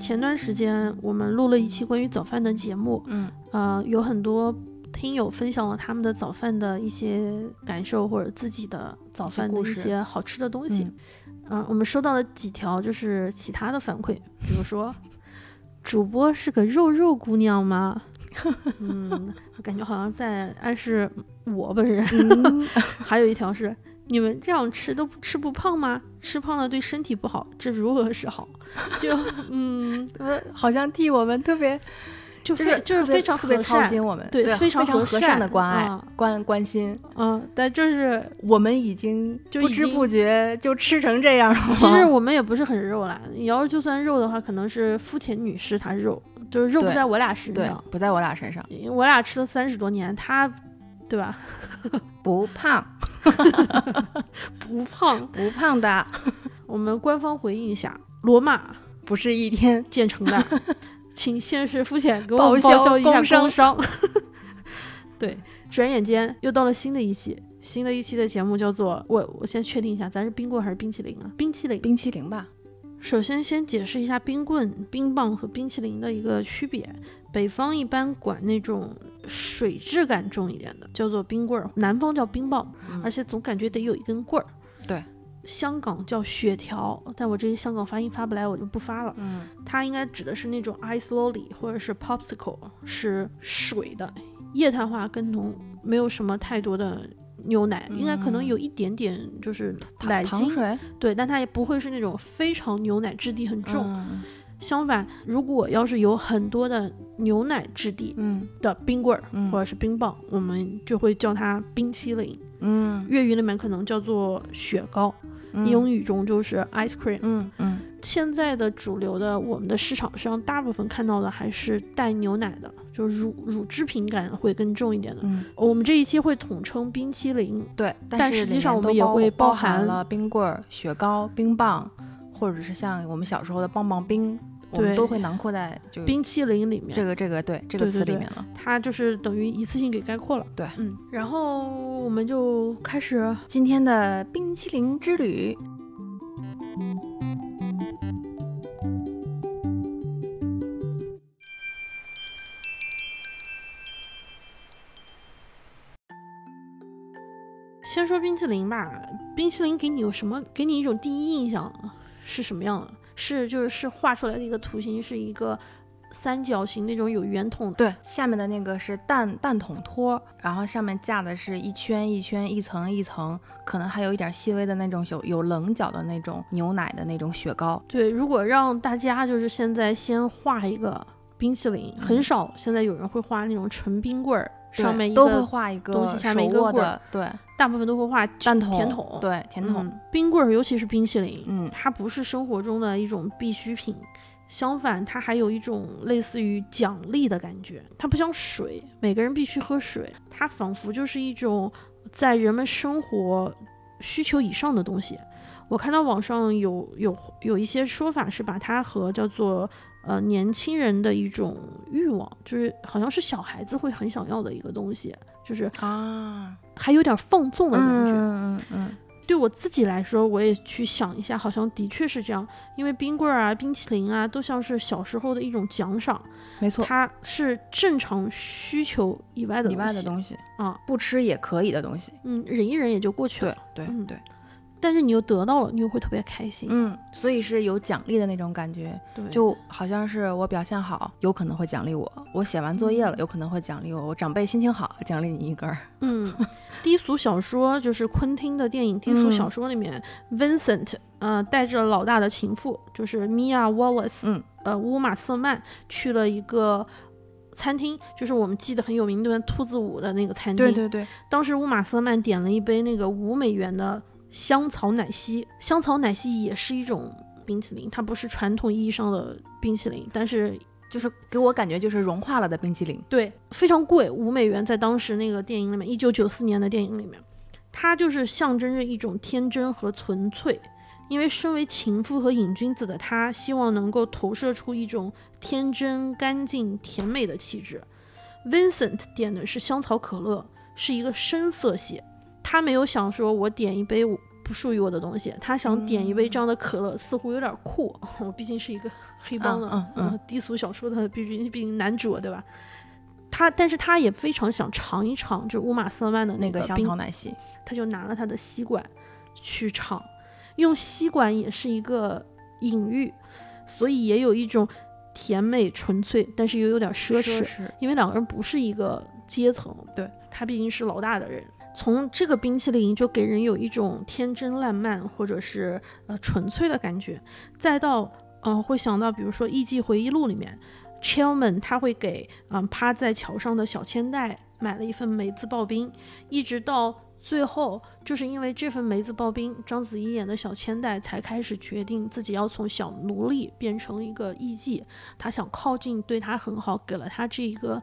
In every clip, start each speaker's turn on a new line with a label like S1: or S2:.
S1: 前段时间我们录了一期关于早饭的节目，
S2: 嗯
S1: 呃，有很多听友分享了他们的早饭的一些感受，或者自己的早饭的
S2: 故事
S1: 一些好吃 的东西。嗯、我们收到了几条就是其他的反馈，比如说主播是个肉肉姑娘 吗？嗯，感觉好像在暗示我本人。
S2: 嗯，
S1: 还有一条是，你们这样吃都不吃不胖吗？吃胖了对身体不好，这如何是好？就嗯，
S2: 怎么好像替我们特别
S1: 就
S2: 就
S1: 非
S2: 是
S1: 就是
S2: 特别
S1: 非常
S2: 特别
S1: 和
S2: 操
S1: 善，
S2: 心我们，
S1: 对非
S2: 非
S1: 常和
S2: 和善嗯的
S1: 善
S2: 关爱
S1: 啊
S2: 关关心，
S1: 嗯，但 就是
S2: 我们已经
S1: 就
S2: 不
S1: 已
S2: 知
S1: 经
S2: 不觉就吃成这样了。
S1: 其实 我们也不是很肉啦。你要是就算肉的话，可能是肤浅女士她肉，就是肉不
S2: 对
S1: 在我俩身
S2: 对
S1: 上。，
S2: 不在我俩身上，
S1: 因为我俩吃了三十多年，她对吧？
S2: 不胖
S1: 不胖。
S2: 不胖的，
S1: 我们官方回应一下，罗马
S2: 不是一天
S1: 建成的， 请现实肤浅给我
S2: 报
S1: 们
S2: 销
S1: 报销一下
S2: 工伤
S1: 工伤。 对，转眼间又到了新的一期，新的一期的节目叫做我我先确定一下，咱是冰棍还是冰淇淋啊？冰淇淋。
S2: 冰淇淋吧。
S1: 首先先解释一下冰棍、冰棒和冰淇淋的一个区别。北方一般管那种水质感重一点的叫做冰棍儿，南方叫冰棒，
S2: 嗯
S1: 而且总感觉得有一根棍儿。
S2: 对。
S1: 香港叫雪条，但我这些香港发音发不来，我就不发了。
S2: 嗯，
S1: 它应该指的是那种 ice lolly 或者是 popsicle，是水的液态化跟浓，没有什么太多的牛奶，应该可能有一点点就是
S2: 嗯糖
S1: 奶
S2: 糖
S1: 精，
S2: 水
S1: 对，但它也不会是那种非常牛奶质地很重。
S2: 嗯
S1: 相反，如果要是有很多的牛奶质地
S2: 嗯
S1: 的冰棍儿、
S2: 嗯
S1: 或者是冰棒，我们就会叫它冰淇淋，
S2: 嗯
S1: 粤语里面可能叫做雪糕，
S2: 嗯
S1: 英语中就是 ice cream。
S2: 嗯嗯
S1: 现在的主流的我们的市场上，大部分看到的还是带牛奶的，就乳乳制品感会更重一点的。
S2: 嗯，
S1: 我们这一期会统称冰淇淋，
S2: 对。
S1: 但
S2: 是
S1: 实际
S2: 里
S1: 上
S2: 面
S1: 我
S2: 都
S1: 们也
S2: 包
S1: 会包
S2: 包
S1: 含
S2: 了冰棍儿、雪糕、冰棒，或者是像我们小时候的棒棒冰，我
S1: 对
S2: 们都会囊括在就
S1: 冰淇淋里面，
S2: 这个这个对这个
S1: 对对
S2: 词里
S1: 对
S2: 面了。
S1: 它就是等于一次性给概括了。
S2: 对
S1: 嗯，然后我们就开始，
S2: 今天的冰淇淋之旅，
S1: 先说冰淇淋吧。冰淇淋给你有什么？给你一种第一印象是什么样的？是就是是画出来的一个图形，是一个三角形那种有圆筒的。
S2: 对，下面的那个是蛋蛋筒托，然后上面架的是一圈一圈、一层一层，可能还有一点细微的那种有有棱角的那种牛奶的那种雪糕。
S1: 对，如果让大家就是现在先画一个冰淇淋，很
S2: 嗯
S1: 少现在有人会画那种纯冰棍儿，
S2: 对
S1: 上面一
S2: 都会
S1: 个，
S2: 画一个
S1: 东西下面一
S2: 手
S1: 根
S2: 握
S1: 棍
S2: 的，对，
S1: 大部分都会画
S2: 蛋筒，
S1: 甜筒，
S2: 对，甜筒，
S1: 嗯冰棍儿，尤其是冰淇淋，
S2: 嗯
S1: 它不是生活中的一种必需品，相反，它还有一种类似于奖励的感觉。它不像水，每个人必须喝水，它仿佛就是一种在人们生活需求以上的东西。我看到网上有有有一些说法是把它和叫做呃年轻人的一种欲望，就是好像是小孩子会很想要的一个东西，就是
S2: 啊，
S1: 还有点放纵的感觉。
S2: 嗯嗯嗯
S1: 对我自己来说，我也去想一下，好像的确是这样，因为冰棍儿啊、冰淇淋啊，都像是小时候的一种奖赏，
S2: 嗯，没错，
S1: 它是正常需求以外的
S2: 以外
S1: 东
S2: 的
S1: 西
S2: 东西
S1: 啊，
S2: 不吃也可以的东西，
S1: 嗯，忍一忍也就过
S2: 嗯
S1: 去
S2: 对
S1: 了。
S2: 对
S1: 嗯
S2: 对，
S1: 但是你又得到了，你又会特别开心。
S2: 嗯，所以是有奖励的那种感觉，
S1: 对，
S2: 就好像是我表现好，有可能会奖励我；我写完作业了，有可能会奖励我；我长辈心情好，奖励你一根儿。
S1: 嗯，低俗小说就是昆汀的电影《低俗
S2: 嗯
S1: 小说》里面、v i n c e n t 呃，带着老大的情妇，就是 Mia Wallace，、
S2: 嗯、
S1: 呃，乌玛瑟曼去了一个餐厅，就是我们记得很有名的兔子舞的那个餐厅。
S2: 对，
S1: 当时乌玛瑟曼点了一杯那个五美元的香草奶昔，香草奶昔也是一种冰淇淋，它不是传统意义上的冰淇淋，但是
S2: 就是给我感觉就是融化了的冰淇淋。
S1: 对非常贵，五美元在当时那个电影里面，一九九四年的电影里面，它就是象征着一种天真和纯粹。因为身为情妇和瘾君子的她，希望能够投射出一种天真、干净、甜美的气质。Vincent 点的是香草可乐，是一个深色系，他没有想说我点一杯我不属于我的东西。他想点一杯这样的可乐，似乎有点酷。 我毕竟是一个黑帮的、
S2: 嗯嗯嗯
S1: 呃低俗小说的，毕竟毕竟男主对吧？他，但是他也非常想尝一尝，就是乌玛瑟曼的
S2: 那
S1: 个
S2: 个香
S1: 冰
S2: 草奶昔，
S1: 他就拿了他的吸管去尝，用吸管也是一个隐喻，所以也有一种甜美纯粹，但是又有点奢侈，
S2: 侈，
S1: 因为两个人不是一个阶层，
S2: 对
S1: 他毕竟是老大的人。从这个冰淇淋就给人有一种天真烂漫或者是呃纯粹的感觉，再到呃会想到比如说《艺伎回忆录》里面 c h i l m a n 他会给嗯、趴在桥上的小千代买了一份梅子刨冰，一直到最后，就是因为这份梅子刨冰，章子怡演的小千代才开始决定自己要从小奴隶变成一个艺妓，她想靠近对她很好，给了她这一个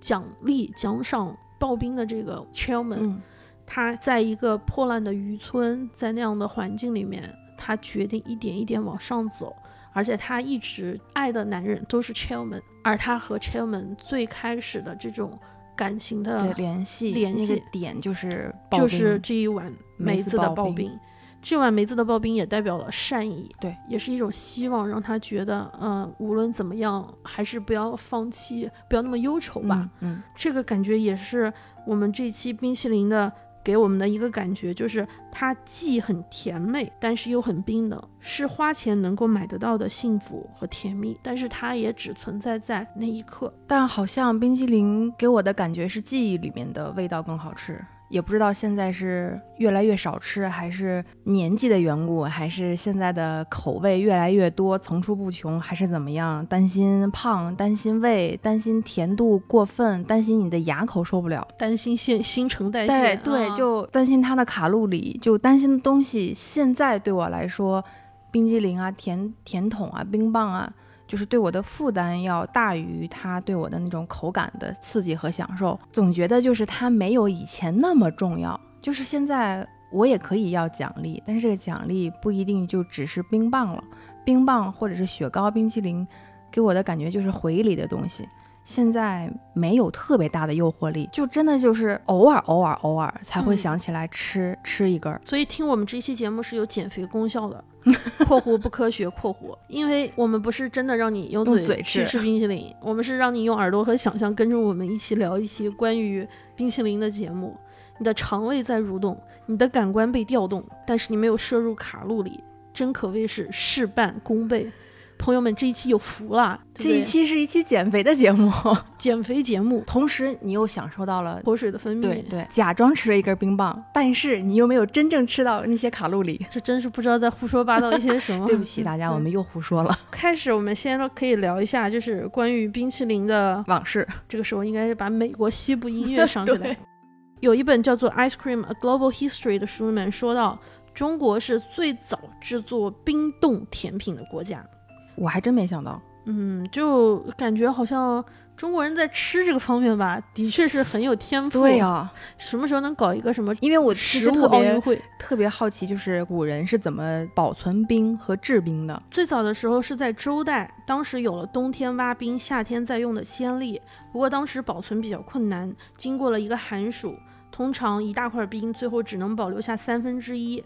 S1: 奖励奖赏刨冰的这个 chairman，、
S2: 嗯，
S1: 他在一个破烂的渔村，在那样的环境里面，他决定一点一点往上走，而且他一直爱的男人都是 Chairman，而他和 Chairman 最开始的这种感情
S2: 对，
S1: 的，
S2: 啊联系
S1: 联
S2: 那
S1: 系
S2: 个点就是刨
S1: 就是
S2: 冰
S1: 这一碗
S2: 梅
S1: 梅
S2: 子
S1: 子的
S2: 刨
S1: 刨
S2: 冰
S1: 冰。这碗梅子的刨冰也代表了善意，
S2: 对，
S1: 也是一种希望，让他觉得，呃，无论怎么样，还是不要放弃，不要那么忧愁吧。
S2: 嗯，嗯，
S1: 这个感觉也是我们这期冰淇淋的给我们的一个感觉，就是它既很甜美，但是又很冰冷，是花钱能够买得到的幸福和甜蜜，但是它也只存在在那一刻。
S2: 但好像冰激凌给我的感觉是记忆里面的味道更好吃，也不知道现在是越来越少吃，还是年纪的缘故，还是现在的口味越来越多，层出不穷，还是怎么样？担心胖，担心胃，担心甜度过分，担心你的牙口受不了。
S1: 担心新新陈代
S2: 对，
S1: 谢
S2: 对，
S1: 啊
S2: 就担心它的卡路里，就担心的东西。现在对我来说，冰激凌啊、甜甜筒啊、冰棒啊，就是对我的负担要大于它对我的那种口感的刺激和享受。总觉得就是它没有以前那么重要。就是现在我也可以要奖励，但是这个奖励不一定就只是冰棒了。冰棒或者是雪糕、冰淇淋，给我的感觉就是回忆里的东西。现在没有特别大的诱惑力，就真的就是偶尔、偶尔、偶尔才会
S1: 嗯
S2: 想起来吃、吃一根儿。
S1: 所以听我们这期节目是有减肥功效的 （括弧不科学括弧），因为我们不是真的让你用
S2: 用
S1: 嘴
S2: 嘴
S1: 去
S2: 吃
S1: 吃冰淇淋，我们是让你用耳朵和想象跟着我们一起聊一期关于冰淇淋的节目。你的肠胃在蠕动，你的感官被调动，但是你没有摄入卡路里，真可谓是事半功倍。朋友们，这一期有福了，对不
S2: 这
S1: 对
S2: 一期是一期减肥的节目，
S1: 减肥节目，
S2: 同时你又享受到了。
S1: 口水的分 泌，
S2: 对对，假装吃了一根冰棒，但是你又没有真正吃到那些卡路里。
S1: 这真是不知道在胡说八道一些什 么。
S2: 哦对不起大 家，
S1: 嗯
S2: 我们又胡说了
S1: 开始，我们先可以聊一下，就是关于冰淇淋的。
S2: 往事。
S1: 这个时候应该是把美国西部音乐想起 来。有一本叫做《Ice Cream: A Global History》的书里面说到，中国是最早制作冰冻甜品的国家。
S2: 我还真没想到，
S1: 嗯，就感觉好像中国人在吃这个方面吧，的确是很有天赋。
S2: 对呀、啊
S1: 什么时候能搞一个什么
S2: 因为我其
S1: 食
S2: 实
S1: 物
S2: 特
S1: 奥运
S2: 别
S1: 会？
S2: 特别好奇，就是古人是怎么保存冰和制冰的？
S1: 最早的时候是在周代，当时有了冬天挖冰、夏天再用的先例。不过当时保存比较困难，经过了一个寒暑，通常一大块冰最后只能保留下三分之一。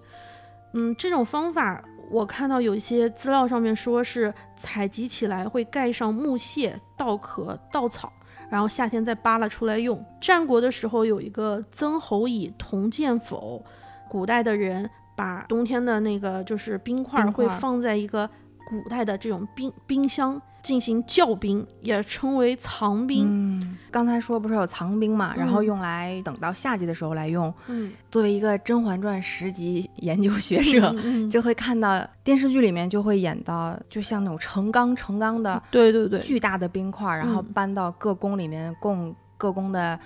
S1: 嗯，这种方法我看到有一些资料上面说是采集起来会盖上木屑、稻壳、稻草。然后夏天再扒拉出来用。战国的时候有一个曾侯乙铜剑否，古代的人把冬天的那个就是冰块儿
S2: 冰块
S1: 会
S2: 儿
S1: 放在一个古代的这种冰冰箱进行窖冰，也称为藏冰。
S2: 嗯，刚才说不是有藏冰嘛，然后
S1: 嗯
S2: 用来等到夏季的时候来用。
S1: 嗯，
S2: 作为一个《甄嬛传》十级研究学者，
S1: 嗯 嗯
S2: 就会看到电视剧里面就会演到，就像那种成缸成缸的
S1: 对对对，
S2: 巨大的冰块儿，然后
S1: 嗯
S2: 搬到各宫里面供各宫的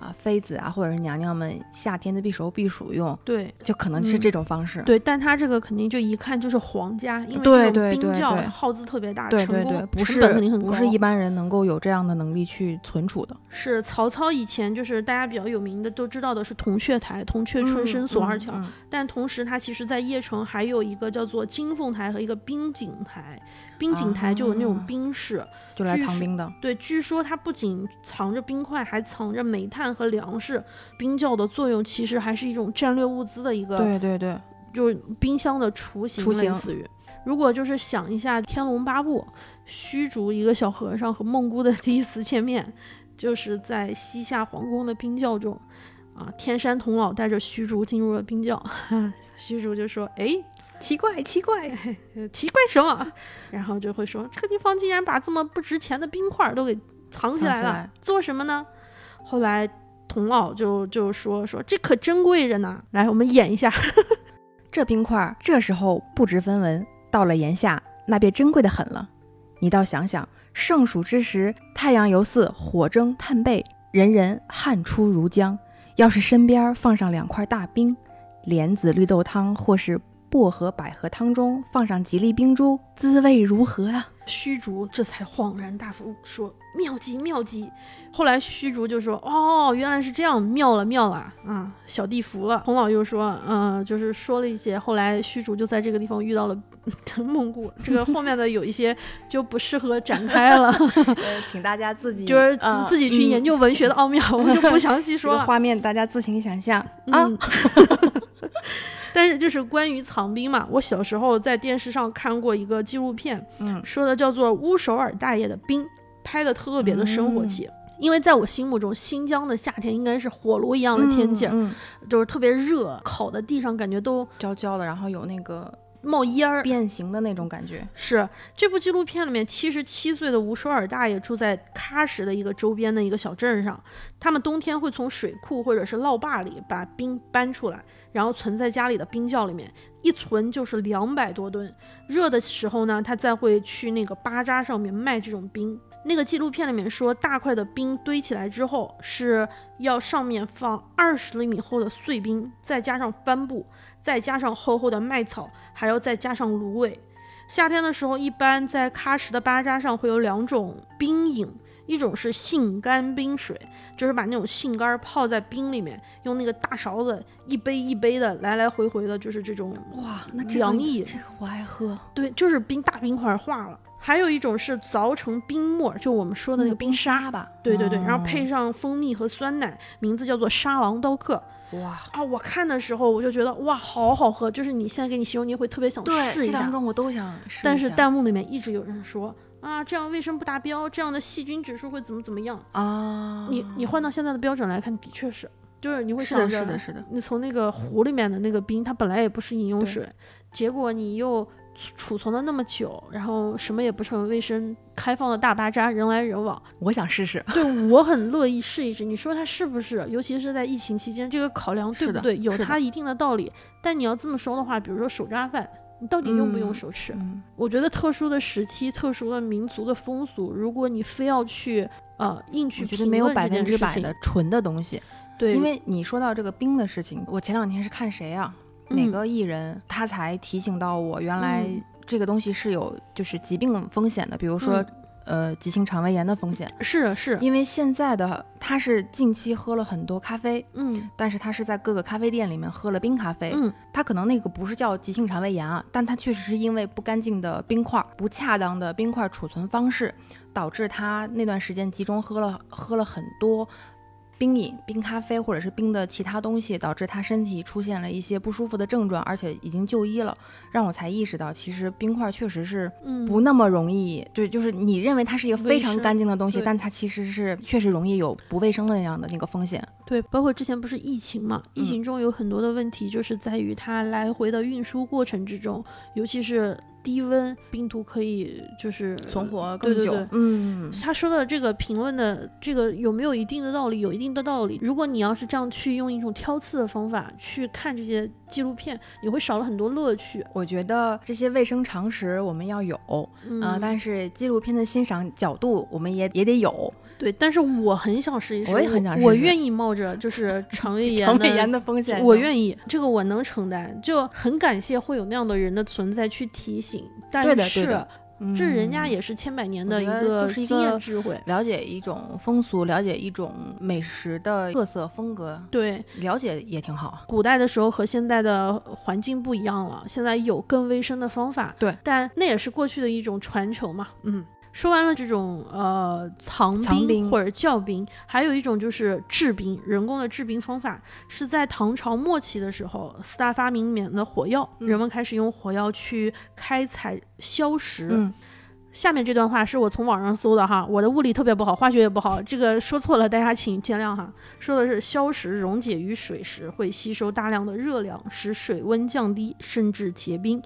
S2: 啊、妃子啊或者是娘娘们夏天的避暑避暑用，
S1: 对。
S2: 就可能是
S1: 嗯
S2: 这种方式。
S1: 对，但他这个肯定就一看就是皇家，因为
S2: 对
S1: 这种
S2: 对
S1: 冰
S2: 对
S1: 窖
S2: 对
S1: 耗资特别大，
S2: 对
S1: 成
S2: 对
S1: 功
S2: 对，不
S1: 成
S2: 是
S1: 本肯定很高，
S2: 不是一般人能够有这样的能力去存储的。
S1: 是曹操以前就是大家比较有名的都知道的是铜雀台、铜雀春深锁二乔，
S2: 嗯嗯
S1: 但同时它其实在邺城还有一个叫做金凤台和一个冰井台，冰井台就有那种
S2: 啊
S1: 冰室，
S2: 就来
S1: 据
S2: 藏
S1: 说
S2: 冰的。
S1: 对，据说它不仅藏着冰块，还藏着煤炭和粮食。冰窖的作用其实还是一种战略物资的一个
S2: 对对，
S1: 就是冰箱的雏形，
S2: 雏形
S1: 类似于。如果就是想一下《天龙八部》，虚竹一个小和尚和梦姑的第一次见面，就是在西夏皇宫的冰窖中，啊，天山童姥带着虚竹进入了冰窖， 虚竹就说：“哎，
S2: 奇怪奇 怪，
S1: 呃奇怪什么？”然后就会说：“这个地方竟然把这么不值钱的冰块儿都给藏起
S2: 藏
S1: 来
S2: 起
S1: 了，
S2: 来
S1: 做什么呢？”后来童姥就就说：“说这可珍贵着呢，来，我们演一下。”
S2: 这冰块儿这时候不值分文，到了炎夏，那便珍贵的很了。你倒想想，盛暑之时，太阳犹似火蒸炭焙，人人汗出如浆。要是身边放上两块大冰，莲子绿豆汤或是薄荷百合汤中放上几粒冰珠，滋味如何 啊？
S1: 虚竹这才恍然大悟，说：“妙极，妙极！”后来虚竹就说：“哦，原来是这样，妙了，妙了啊！小弟服了。”孔老又说：“嗯、就是说了一些。”后来虚竹就在这个地方遇到了 梦姑，这个后面的有一些就不适合展开了，
S2: 呃请大家自己呃
S1: 就是自自己去研究文学的奥妙，我就不详细
S2: 嗯
S1: 说
S2: 这个
S1: 了。
S2: 画面，大家自行想象嗯啊。
S1: 嗯 但是就是关于藏兵嘛，我小时候在电视上看过一个纪录片，
S2: 嗯
S1: 说的叫做乌首尔大爷的冰，拍的特别的生
S2: 嗯
S1: 活气。因为在我心目中，新疆的夏天应该是火炉一样的天气儿，
S2: 嗯，嗯
S1: 就是特别热，烤的地上感觉都
S2: 焦焦的，然后有那个
S1: 冒烟儿。
S2: 变形的那种感觉。
S1: 是这部纪录片里面，七十七岁的吴首尔大爷住在喀什的一个周边的一个小镇上，他们冬天会从水库或者是涝坝里把冰搬出来，然后存在家里的冰窖里面，一存就是两百多吨。热的时候呢，他再会去那个巴扎上面卖这种冰。那个纪录片里面说，大块的冰堆起来之后，是要上面放二十厘米厚的碎冰，再加上帆布，再加上厚厚的麦草，还要再加上芦苇。夏天的时候，一般在喀什的巴扎上会有两种冰饮，一种是杏干冰水，就是把那种杏干儿泡在冰里面，用那个大勺子一杯一杯的来来回回的，就是这种
S2: 哇，
S1: 那这个洋溢
S2: 这个我爱喝。
S1: 对，就是冰大冰块化了。还有一种是凿成冰沫，就我们说
S2: 嗯
S1: 的那个冰沙，嗯
S2: 沙吧，
S1: 对对对，然后
S2: 哦
S1: 配上蜂蜜和酸奶，名字叫做沙朗刀克
S2: 哇，
S1: 啊。我看的时候我就觉得哇，好好喝，就是你现在给你形容，你也会特别想
S2: 对，
S1: 试
S2: 这
S1: 一
S2: 两
S1: 下。
S2: 种我都想试一下。
S1: 但是弹幕里面一直有人说啊，这样卫生不达标，这样的细菌指数会怎么怎么样。
S2: 啊，
S1: 你你换到现在的标准来看，的确是，就是你会
S2: 是
S1: 想着
S2: 的，是的，是的，
S1: 你从那个湖里面的那个冰，它本来也不是饮用水，结果你又储储存了那么久，然后什么也不是很卫生，开放的大巴扎，人来人 往，
S2: 我想试试。
S1: 对我很乐意试一试。你说它是不是？尤其是在疫情期间，这个考量对
S2: 是
S1: 不
S2: 的
S1: 对？有
S2: 是的
S1: 它一定的道理。但你要这么说的话，比如说手抓饭，你到底用不用
S2: 嗯
S1: 手吃？
S2: 嗯，
S1: 我觉得特殊的时期、特殊的民族的风俗，如果你非要去呃硬去
S2: 我觉得
S1: 评
S2: 没有
S1: 论
S2: 百
S1: 这
S2: 分
S1: 件
S2: 之
S1: 事
S2: 百
S1: 情，
S2: 的纯的东西，
S1: 对，
S2: 因为你说到这个冰的事情，我前两天是看谁啊，哪
S1: 嗯
S2: 个艺人他才提醒到我，原来
S1: 嗯
S2: 这个东西是有就是疾病风险的，比如说
S1: 嗯
S2: 呃急性肠胃炎的风险，
S1: 是是，
S2: 因为现在的他是近期喝了很多咖啡，
S1: 嗯
S2: 但是他是在各个咖啡店里面喝了冰咖啡，
S1: 嗯
S2: 他可能那个不是叫急性肠胃炎啊，但他确实是因为不干净的冰块、不恰当的冰块储存方式，导致他那段时间集中喝了喝了很多冰饮、冰咖啡或者是冰的其他东西，导致他身体出现了一些不舒服的症状，而且已经就医了，让我才意识到，其实冰块确实是
S1: 嗯，
S2: 不那么容易，就就是你认为它是一个非常
S1: 卫生
S2: 干净的东西，
S1: 对
S2: 但它其实是确实容易有不卫生的那样的那个风险。
S1: 对，包括之前不是疫情嘛，疫
S2: 嗯
S1: 情中有很多的问题，就是在于它来回的运输过程之中，尤其是低温，病毒可以就是
S2: 存。活
S1: 对
S2: 更
S1: 对
S2: 久，
S1: 对
S2: 嗯，
S1: 他说的这个评论的这个有没有一定的道理？有一定的道理。如果你要是这样去用一种挑刺的方法去看这些纪录片，你会少了很多乐趣。
S2: 我觉得这些卫生常识我们要有，
S1: 嗯，
S2: 啊，但是纪录片的欣赏角度我们也也得有。
S1: 对，但是我很想试一试，
S2: 我也很想试
S1: 我
S2: 试
S1: 愿意冒着就是肠 胃炎
S2: 肠
S1: 的
S2: 胃炎的风险，
S1: 我愿意，这个我能承担，就很感谢会有那样的人的存在去提醒。但
S2: 对的
S1: 是
S2: 对的嗯
S1: 这人家也是千百年
S2: 我
S1: 的
S2: 觉得
S1: 个
S2: 就是一
S1: 经
S2: 个
S1: 验智慧。
S2: 了解一种风俗，了解一种美食的特色风格，
S1: 对，
S2: 了解也挺好。
S1: 古代的时候和现在的环境不一样了，现在有更卫生的方法。
S2: 对，
S1: 但那也是过去的一种传承嘛。嗯，说完了这种呃藏冰
S2: 藏冰
S1: 或者窖冰，还有一种就是制冰，人工的制冰方法是在唐朝末期的时候，四大发明里面的火药，
S2: 嗯
S1: 人们开始用火药去开采硝石。
S2: 嗯，
S1: 下面这段话是我从网上搜的哈，我的物理特别不好，化学也不好，这个说错了，大家请见谅哈。说的是硝石溶解于水时会吸收大量的热量，使水温降低，甚至结冰。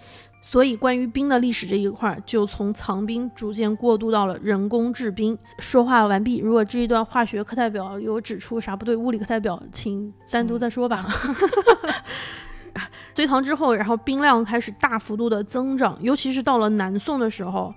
S1: 所以，关于冰的历史这一块儿，就从藏冰逐渐过渡到了人工制冰。说话完毕。如果这一段化学课代表有指出啥不对，物理课代表请单独再说吧。 隋唐之后，然后冰量开始大幅度的增长，尤其是到了南宋的时候，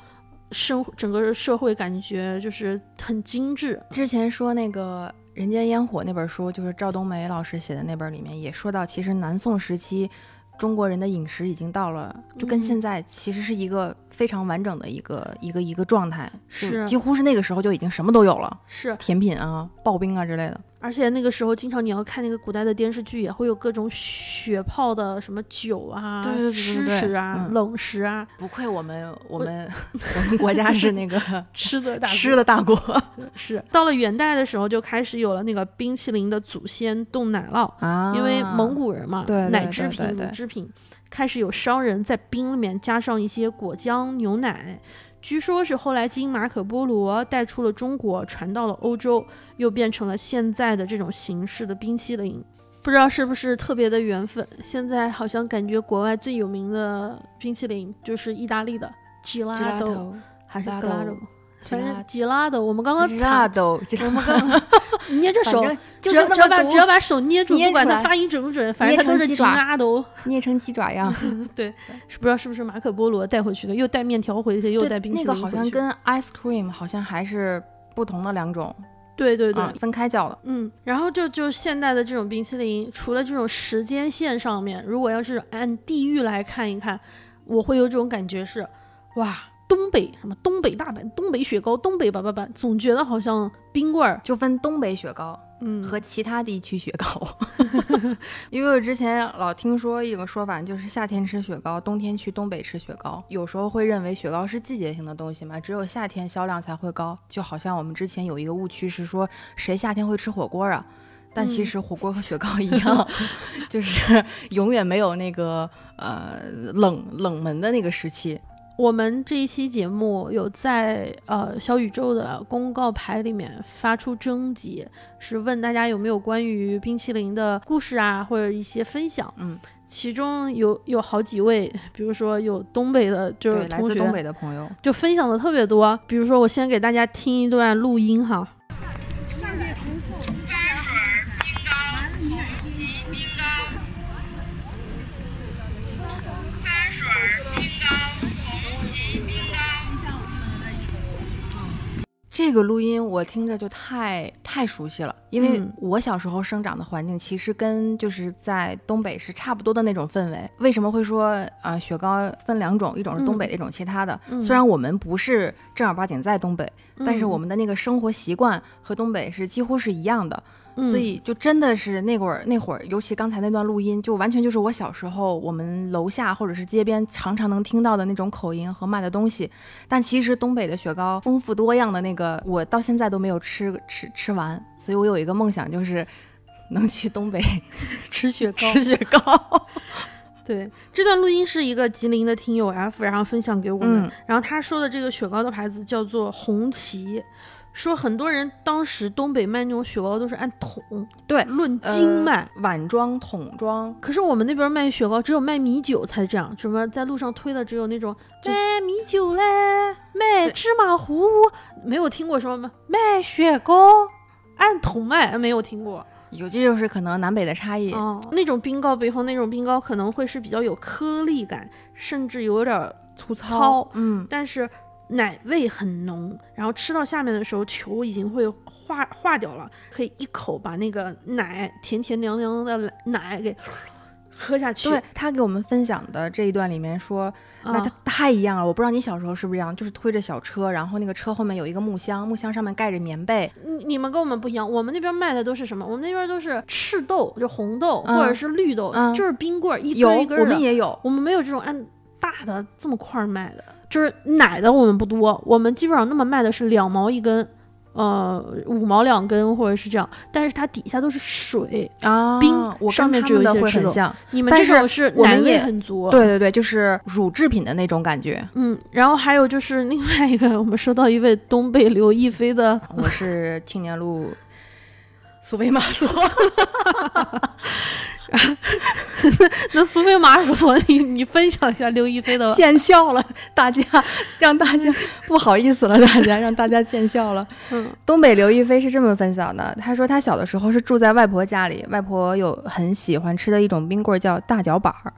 S1: 生整个社会感觉就是很精致。
S2: 之前说那个《人间烟火》那本书，就是赵冬梅老师写的那本，里面也说到，其实南宋时期中国人的饮食已经到了，就跟
S1: 嗯
S2: 现在其实是一个非常完整的一个一个一个状态，就是几乎是那个时候就已经什么都有了，
S1: 是，
S2: 甜品啊、刨冰啊之类的。
S1: 而且那个时候经常你要看那个古代的电视剧，也会有各种血泡的什么酒啊、
S2: 对对对对
S1: 吃
S2: 对
S1: 食啊、
S2: 嗯
S1: 冷食啊、
S2: 不愧我们我们 我们国家是那个
S1: 吃的大
S2: 吃的大 国
S1: 是。到了元代的时候，就开始有了那个冰淇淋的祖先冻奶酪。
S2: 啊
S1: 因为蒙古人嘛，
S2: 对对
S1: 奶
S2: 对
S1: 制品、
S2: 对对
S1: 乳制品，开始有商人在冰里面加上一些果浆、牛奶。据说是后来经马可波罗带出了中国，传到了欧洲，又变成了现在的这种形式的冰淇淋。不知道是不是特别的缘分，现在好像感觉国外最有名的冰淇淋就是意大利的 gelato，还是
S2: gelato，
S1: gelato，反正 gelato。我们刚刚查，
S2: gelato，这
S1: 我
S2: 个
S1: 们刚 刚，你捏着手，
S2: 就
S1: 只要
S2: 是
S1: 只要
S2: 那
S1: 把
S2: 么
S1: 只要
S2: 读，
S1: 把手捏住，
S2: 捏
S1: 不管
S2: 出
S1: 它
S2: 来
S1: 发音准不准，反正
S2: 捏
S1: 它都
S2: 成
S1: 是
S2: 鸡
S1: 吉
S2: 爪
S1: 拉的哦。
S2: 捏成鸡爪样。
S1: 是不知道是不是马可波罗带回去的，又带面条回去，又
S2: 对
S1: 带冰淇
S2: 那
S1: 淋
S2: 个好
S1: 回
S2: 像
S1: 去
S2: 跟 ice cream 好像还是不同的两种，
S1: 对对对。
S2: 啊分开叫的。
S1: 嗯，然后就就现代的这种冰淇淋，除了这种时间线上面，如果要是按地域来看一看，我会有这种感觉是，哇，东北什么东北大板、东北雪糕、东北叭叭叭，总觉得好像冰棍儿，
S2: 就分东北雪糕
S1: 嗯，
S2: 和其他地区雪糕， 因为我之前老听说一个说法，就是夏天吃雪糕，冬天去东北吃雪糕。有时候会认为雪糕是季节性的东西嘛，只有夏天销量才会高。就好像我们之前有一个误区是说谁夏天会吃火锅啊，但其
S1: 嗯
S2: 实火锅和雪糕一样， 就是永远没有那个呃冷冷门的那个时期。
S1: 我们这一期节目有在呃小宇宙的公告牌里面发出征集，是问大家有没有关于冰淇淋的故事啊，或者一些分享。
S2: 嗯，
S1: 其中有有好几位，比如说有东北的，就是
S2: 对，来
S1: 同
S2: 自东
S1: 学
S2: 北的朋友，
S1: 就分享的特别多。比如说，我先给大家听一段录音哈。
S2: 这个录音我听着就太太熟悉了，因为
S1: 嗯
S2: 我小时候生长的环境其实跟就是在东北是差不多的那种氛围。为什么会说呃雪糕分两种，一种是东北的，一种其他的？
S1: 嗯
S2: 虽然我们不是正儿八经在东北，但是
S1: 嗯
S2: 我们的那个生活习惯和东北是几乎是一样的，
S1: 嗯
S2: 所以就真的是那会儿那会儿，尤其刚才那段录音，就完全就是我小时候我们楼下或者是街边常常能听到的那种口音和卖的东西。但其实东北的雪糕丰富多样的那个，我到现在都没有吃吃吃完，所以我有一个梦想就是 能去东北
S1: 吃雪糕，
S2: 吃雪糕。
S1: 对，这段录音是一个吉林的听友 F，然后分享给我们。
S2: 嗯
S1: 然后他说的这个雪糕的牌子叫做红旗，说很多人当时东北卖那种雪糕都是按桶
S2: 对
S1: 论斤卖。
S2: 呃 碗装、桶装，
S1: 可是我们那边卖雪糕，只有卖米酒才这样，什么在路上推的只有那种
S2: 就
S1: 卖米酒嘞，卖
S2: 对
S1: 芝麻糊，没有听过什么卖雪糕按桶卖，没有听过。
S2: 有这就是可能南北的差异。
S1: 哦，那种冰糕，北方那种冰糕可能会是比较有颗粒感，甚至有点儿粗糙，
S2: 嗯，
S1: 但是奶味很浓，然后吃到下面的时候，球已经会化化掉了，可以一口把那个奶甜甜凉凉的奶给喝下去。
S2: 对他给我们分享的这一段里面说，那
S1: 啊
S2: 就太一样了。我不知道你小时候是不是这样，就是推着小车，然后那个车后面有一个木箱，木箱上面盖着棉被，
S1: 你你们跟我们不一样，我们那边卖的都是什么？我们那边都是赤豆，就红豆、
S2: 嗯
S1: 或者是绿豆，
S2: 嗯
S1: 就是冰棍儿，一
S2: 有
S1: 根儿一根
S2: 我
S1: 儿的。
S2: 们也有。
S1: 我们没有这种按大的这么块儿卖的，就是奶的我们不多，我们基本上那么卖的是两毛一根，呃，五毛两根或者是这样，但是它底下都是水，
S2: 啊，
S1: 冰
S2: 我
S1: 上
S2: 跟
S1: 面
S2: 他
S1: 只有
S2: 们的
S1: 一些
S2: 会
S1: 吃
S2: 很
S1: 肉
S2: 像，
S1: 你们
S2: 但
S1: 这
S2: 是
S1: 种是
S2: 我们
S1: 奶味
S2: 也
S1: 很足，
S2: 对对对，就是乳制品的那种感觉。
S1: 嗯，然后还有就是另外一个，我们收到一位东北刘亦菲的，
S2: 我是青年路苏菲玛 索，
S1: 那苏菲玛索，你你分享一下刘亦菲的吧，
S2: 见笑了，大家让大家不好意思了，大家让大家见笑了。
S1: 嗯
S2: 东北刘亦菲是这么分享的，她说她小的时候是住在外婆家里，外婆有很喜欢吃的一种冰棍儿叫大脚板儿，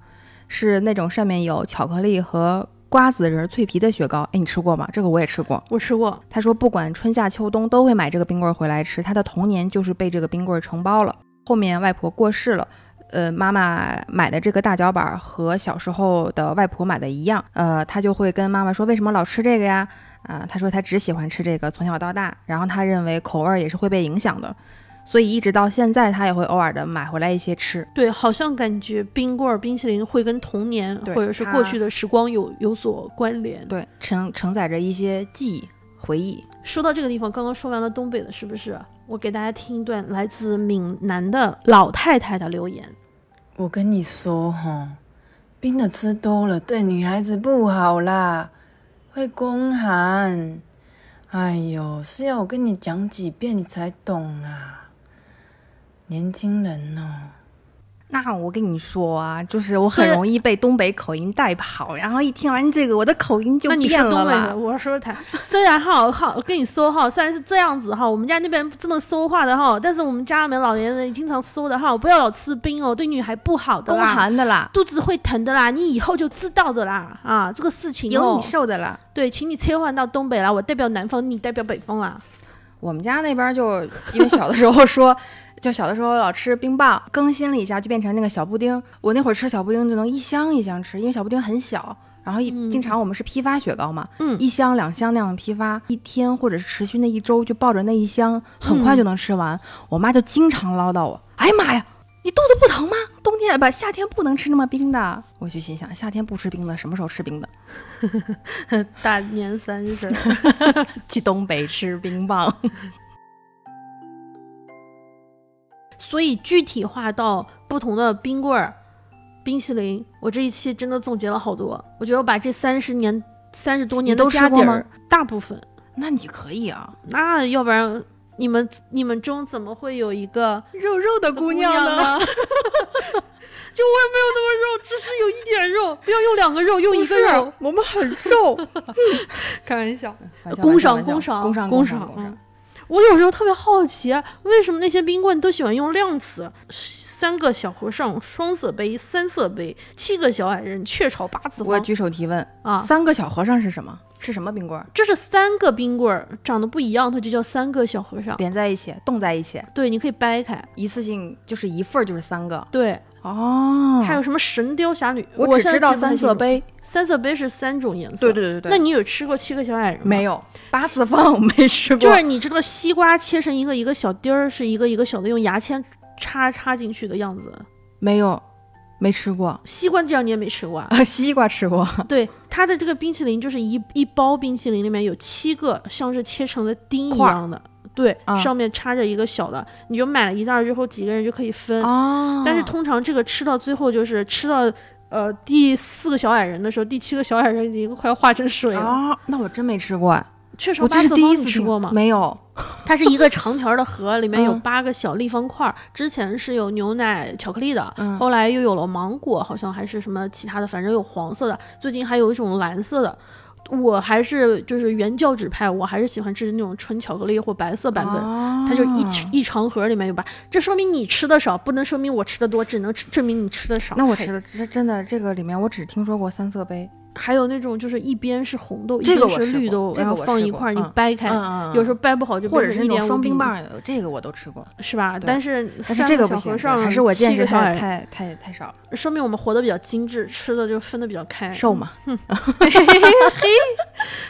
S2: 是那种上面有巧克力和瓜子仁儿脆皮的雪糕。哎，你吃过吗？这个我也吃过。
S1: 我吃过，
S2: 他说，不管春夏秋冬都会买这个冰棍儿回来吃。他的童年就是被这个冰棍儿承包了。后面外婆过世了，呃，妈妈买的这个大脚板儿和小时候的外婆买的一样，呃，他就会跟妈妈说，为什么老吃这个呀？啊、他说他只喜欢吃这个，从小到大。然后他认为口味儿也是会被影响的，所以一直到现在，他也会偶尔的买回来一些吃。
S1: 对，好像感觉冰棍儿、冰淇淋会跟童年
S2: 对
S1: 或者是
S2: 它
S1: 过去的时光有有所关联。
S2: 对，承承载着一些记忆、回忆。
S1: 说到这个地方，刚刚说完了东北的，是不是？我给大家听一段来自闽南的老太太的留言。
S3: 我跟你说哈，冰的吃多了对女孩子不好啦，会宫寒。哎呦，是要我跟你讲几遍你才懂啊，年轻人哦。
S2: 那我跟你说啊，就是我
S1: 虽
S2: 很
S1: 然
S2: 容易被东北口音带跑，然后一听完这个，我的口音就
S1: 那你
S2: 变
S1: 说东
S2: 了
S1: 北的，
S2: 啦。
S1: 我 说他虽然哈哈，我跟你说哈，虽然是这样子哈，我们家那边这么说话的哈，但是我们家里面老年人也经常说的哈，不要老吃冰哦，对女孩不好的
S2: 宫
S1: 啦，
S2: 寒的啦，
S1: 肚子会疼的啦，你以后就知道的啦啊，这个事情
S2: 有
S1: 哦
S2: 你，瘦的啦。
S1: 对，请你切换到东北啦，我代表南方，你代表北方啦，
S2: 我们家那边就因为小的时候说，就小的时候老吃冰棒，更新了一下就变成那个小布丁。我那会儿吃小布丁就能一箱一箱吃，因为小布丁很小。然后一、
S1: 嗯
S2: 经常我们是批发雪糕嘛，
S1: 嗯
S2: 一箱两箱那样批发，一天或者是持续那一周就抱着那一箱，很快就能吃完。我妈就经常唠叨我：“哎呀妈呀，你肚子不疼吗？冬天不夏天不能吃那么冰的。”我就心想，夏天不吃冰的，什么时候吃冰的？
S1: 大年三十。
S2: 去东北吃冰棒。
S1: 所以具体化到不同的冰棍儿、冰淇淋，我这一期真的总结了好多。我觉得我把这三十年、三十多年
S2: 你
S1: 的
S2: 都吃
S1: 家底
S2: 过吗
S1: 儿，大部分，
S2: 那你可以啊，
S1: 那要不然你们你们中怎么会有一个
S2: 肉肉的
S1: 姑娘？呢？ 就我也没有那么肉，只是有一点肉，不要用两个肉，用一个肉。
S2: 我们很瘦。
S1: 开玩笑，
S2: 工
S1: 工
S2: 伤工
S1: 伤工
S2: 伤
S1: 伤
S2: 工伤
S1: 工
S2: 伤
S1: 伤
S2: 工伤
S1: 嗯我有时候特别好奇，啊为什么那些冰棍都喜欢用量词？三个小和尚，双色杯，三色杯，七个小矮人，雀巢八字
S2: 我
S1: 花
S2: 举手提问，
S1: 啊！
S2: 三个小和尚是什么？是什么冰棍儿？
S1: 就是三个冰棍儿长得不一样，它就叫三个小和尚。
S2: 连在一起，冻在一起，
S1: 对，你可以掰开。
S2: 一次性就是一份儿就是三个。
S1: 对，
S2: 哦
S1: 还有什么神雕侠侣？
S2: 我
S1: 我
S2: 只
S1: 现在
S2: 知道
S1: 记不太
S2: 三
S1: 清
S2: 色
S1: 楚。
S2: 杯。
S1: 三色杯是三种颜色。
S2: 对对对对，
S1: 那你有吃过七个小矮人吗？
S2: 没。有八次方我没吃过。
S1: 就是你知道西瓜切成一个一个小丁儿，是一个一个小的，用牙签插插进去的样子。
S2: 没有，没吃过。
S1: 西瓜这样你也没吃过啊？
S2: 啊，西瓜吃过，
S1: 对，它的这个冰淇淋就是一一包冰淇淋里面有七个像是切成的丁一
S2: 块儿
S1: 样的，对，
S2: 啊
S1: 上面插着一个小的，你就买了一袋儿之后几个人就可以分。
S2: 哦
S1: 嗯但是通常这个吃到最后就是吃到呃第四个小矮人的时候，第七个小矮人已经快要化成水了。
S2: 哦，那我真没吃过哎，
S1: 雀巢
S2: 我
S1: 八
S2: 这是
S1: 次
S2: 第
S1: 方
S2: 一
S1: 你
S2: 次
S1: 吃
S2: 听
S1: 过吗？
S2: 没有，
S1: 它是一个长条的盒，里面有
S2: 嗯
S1: 八个小立方块儿。之前是有牛奶、巧克力的，
S2: 嗯
S1: 后来又有了芒果，好像还是什么其他的，反正有黄色的，最近还有一种蓝色的。我还是就是原教旨派，我还是喜欢吃那种纯巧克力或白色版本。
S2: 哦
S1: 它就一一长盒里面有八，这说明你吃的少，不能说明我吃的多，只能吃证明你吃的少。
S2: 那我吃的这真的这个里面，我只听说过三色杯。
S1: 还有那种就是一边是红豆，
S2: 这个
S1: 一
S2: 我
S1: 边
S2: 吃
S1: 是
S2: 过
S1: 绿豆，
S2: 这个
S1: 然后
S2: 我
S1: 放
S2: 吃
S1: 一
S2: 过
S1: 块儿你
S2: 嗯
S1: 掰开，
S2: 嗯
S1: 有时候掰不好就
S2: 或
S1: 变
S2: 者是
S1: 成一
S2: 那
S1: 点
S2: 种
S1: 五
S2: 双
S1: 比
S2: 冰
S1: 一
S2: 棒儿的，这个我都吃过。
S1: 是吧？
S2: 对
S1: 但是
S2: 但是
S1: 三
S2: 这个不
S1: 小
S2: 行，
S1: 和尚
S2: 还是我见
S1: 七
S2: 识
S1: 个小矮
S2: 太
S1: 人
S2: 太太太少了，
S1: 说明我们活得比较精致，吃的就分得比较开。
S2: 瘦 嘛。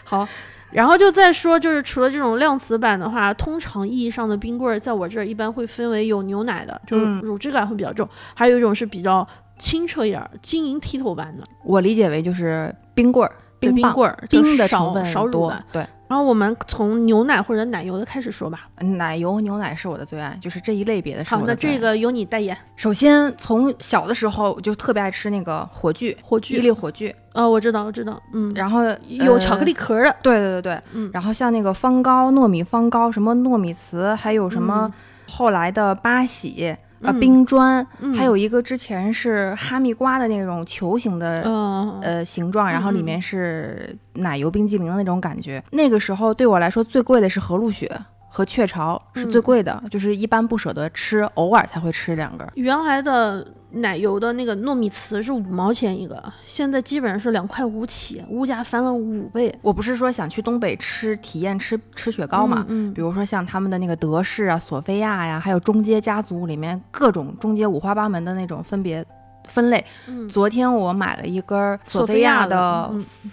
S1: 好，然后就再说，就是除了这种量词版的话，通常意义上的冰棍儿，在我这儿一般会分为有牛奶的，就是
S2: 嗯
S1: 乳质感会比较重，还有一种是比较清澈一点儿、晶莹剔透版的。
S2: 我理解为就是冰棍儿，
S1: 对冰
S2: 棒
S1: 棍儿，就
S2: 冰的成
S1: 少
S2: 分
S1: 少
S2: 很
S1: 乳
S2: 多
S1: 的。，
S2: 对，
S1: 然后我们从牛奶或者奶油的开始说吧。
S2: 嗯奶油、牛奶是我的最爱，就是这一类别的是我
S1: 好，
S2: 的
S1: 那
S2: 最爱
S1: 这个由你代言。
S2: 首先从小的时候我就特别爱吃那个火炬，
S1: 火
S2: 伊
S1: 炬，
S2: 利火炬，
S1: 呃，我知道，我知道，嗯，
S2: 然后呃
S1: 有巧克力，壳儿的
S2: 呃，对对对对，
S1: 嗯
S2: 然后像那个方糕、糯米方糕，什么糯米糍，还有什么后来的八喜。啊，
S1: 嗯
S2: 冰砖，
S1: 嗯
S2: 还有一个之前是哈密瓜的那种球形的，
S1: 嗯
S2: 呃形状，然后
S1: 嗯
S2: 里
S1: 嗯
S2: 面是奶油冰激凌的那种感觉。那个时候对我来说最贵的是和路雪和雀巢是最
S1: 嗯
S2: 贵的，就是一般不舍得吃，偶尔才会吃两根儿。
S1: 原来的奶油的那个糯米糍是五毛钱一个，现在基本上是两块五起，物价翻了五倍。
S2: 我不是说想去东北吃体验吃吃雪糕嘛，
S1: 嗯，
S2: 比如说像他们的那个德式啊、索菲亚呀、还有中街家族里面各种中街五花八门的那种分别分类。
S1: 嗯
S2: 昨天我买了一根儿
S1: 索
S2: 索
S1: 菲
S2: 菲
S1: 亚
S2: 亚
S1: 的
S2: 的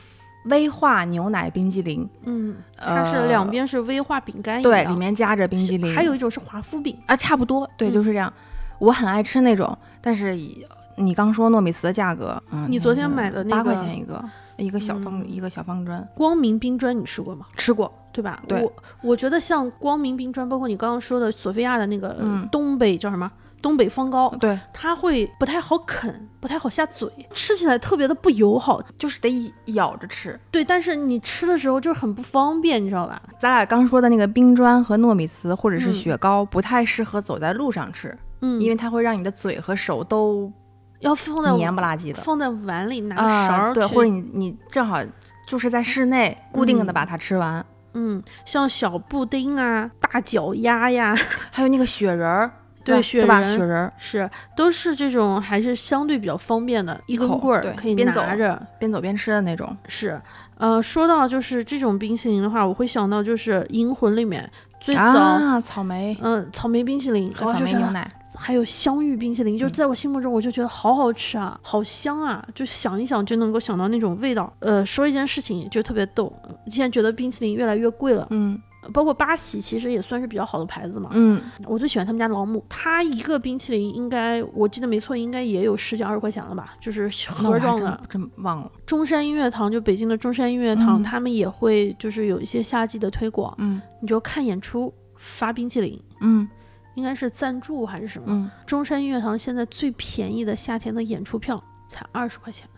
S2: 威化牛奶冰激凌，
S1: 嗯，它是
S2: 呃
S1: 两边是威化饼干一样，
S2: 对，里面夹着冰激凌，
S1: 还有一种是华夫饼，
S2: 啊，差不多，对，
S1: 嗯
S2: 就是这样。我很爱吃那种，但是以你刚说糯米糍的价格，嗯，
S1: 你昨天买的那
S2: 八块
S1: 个
S2: 钱一个，一个小方、一个小方砖，
S1: 光明冰砖你吃过吗？
S2: 吃过，
S1: 对吧？
S2: 对
S1: 我我觉得像光明冰砖，包括你刚刚说的索菲亚的那个
S2: 嗯
S1: 东北叫什么？东北方糕，
S2: 对，
S1: 它会不太好啃，不太好下嘴，吃起来特别的不友好。
S2: 就是得咬着吃。
S1: 对，但是你吃的时候就是很不方便，你知道吧？
S2: 咱俩刚说的那个冰砖和糯米糍或者
S1: 嗯
S2: 是雪糕，不太适合走在路上吃，
S1: 嗯，
S2: 因为它会让你的嘴和手都
S1: 要放在
S2: 黏不拉几的。
S1: 放在碗里拿勺
S2: 啊、
S1: 儿去、
S2: 对，或者你你正好就是在室内固定的
S1: 嗯
S2: 把它吃完，
S1: 嗯，像小布丁啊、大脚丫呀，
S2: 还有那个雪人儿，
S1: 对
S2: 吧
S1: 雪
S2: 对吧？
S1: 人
S2: 雪人儿
S1: 是都是这种还是相对比较方便的，一根
S2: 口
S1: 棍儿
S2: 对
S1: 可以
S2: 边走
S1: 拿着。
S2: 边走边吃的那种。
S1: 是，呃，说到就是这种冰淇淋的话，我会想到就是《银魂》里面最早。
S2: 啊，草莓
S1: 嗯，草莓冰淇淋，
S2: 和
S1: 然后
S2: 草
S1: 就
S2: 莓
S1: 是
S2: 牛奶，
S1: 还有香芋冰淇淋，就
S2: 嗯
S1: 是在我心目中，我就觉得好好吃啊，好香啊，就想一想就能够想到那种味道。呃，说一件事情就特别逗，现在觉得冰淇淋越来越贵了，
S2: 嗯
S1: 包括八喜其实也算是比较好的牌子嘛。
S2: 嗯，
S1: 我最喜欢他们家老母，它一个冰淇淋应该我记得没错，应该也有十几二十块钱了吧，就是
S2: 那我还
S1: 盒装
S2: 真
S1: 的。
S2: 真忘了，
S1: 中山音乐堂就北京的中山音乐
S2: 嗯
S1: 堂，他们也会就是有一些夏季的推广，
S2: 嗯
S1: 你就看演出发冰淇淋，
S2: 嗯
S1: 应该是赞助还是什么？
S2: 嗯，
S1: 中山音乐堂现在最便宜的夏天的演出票才二十块钱，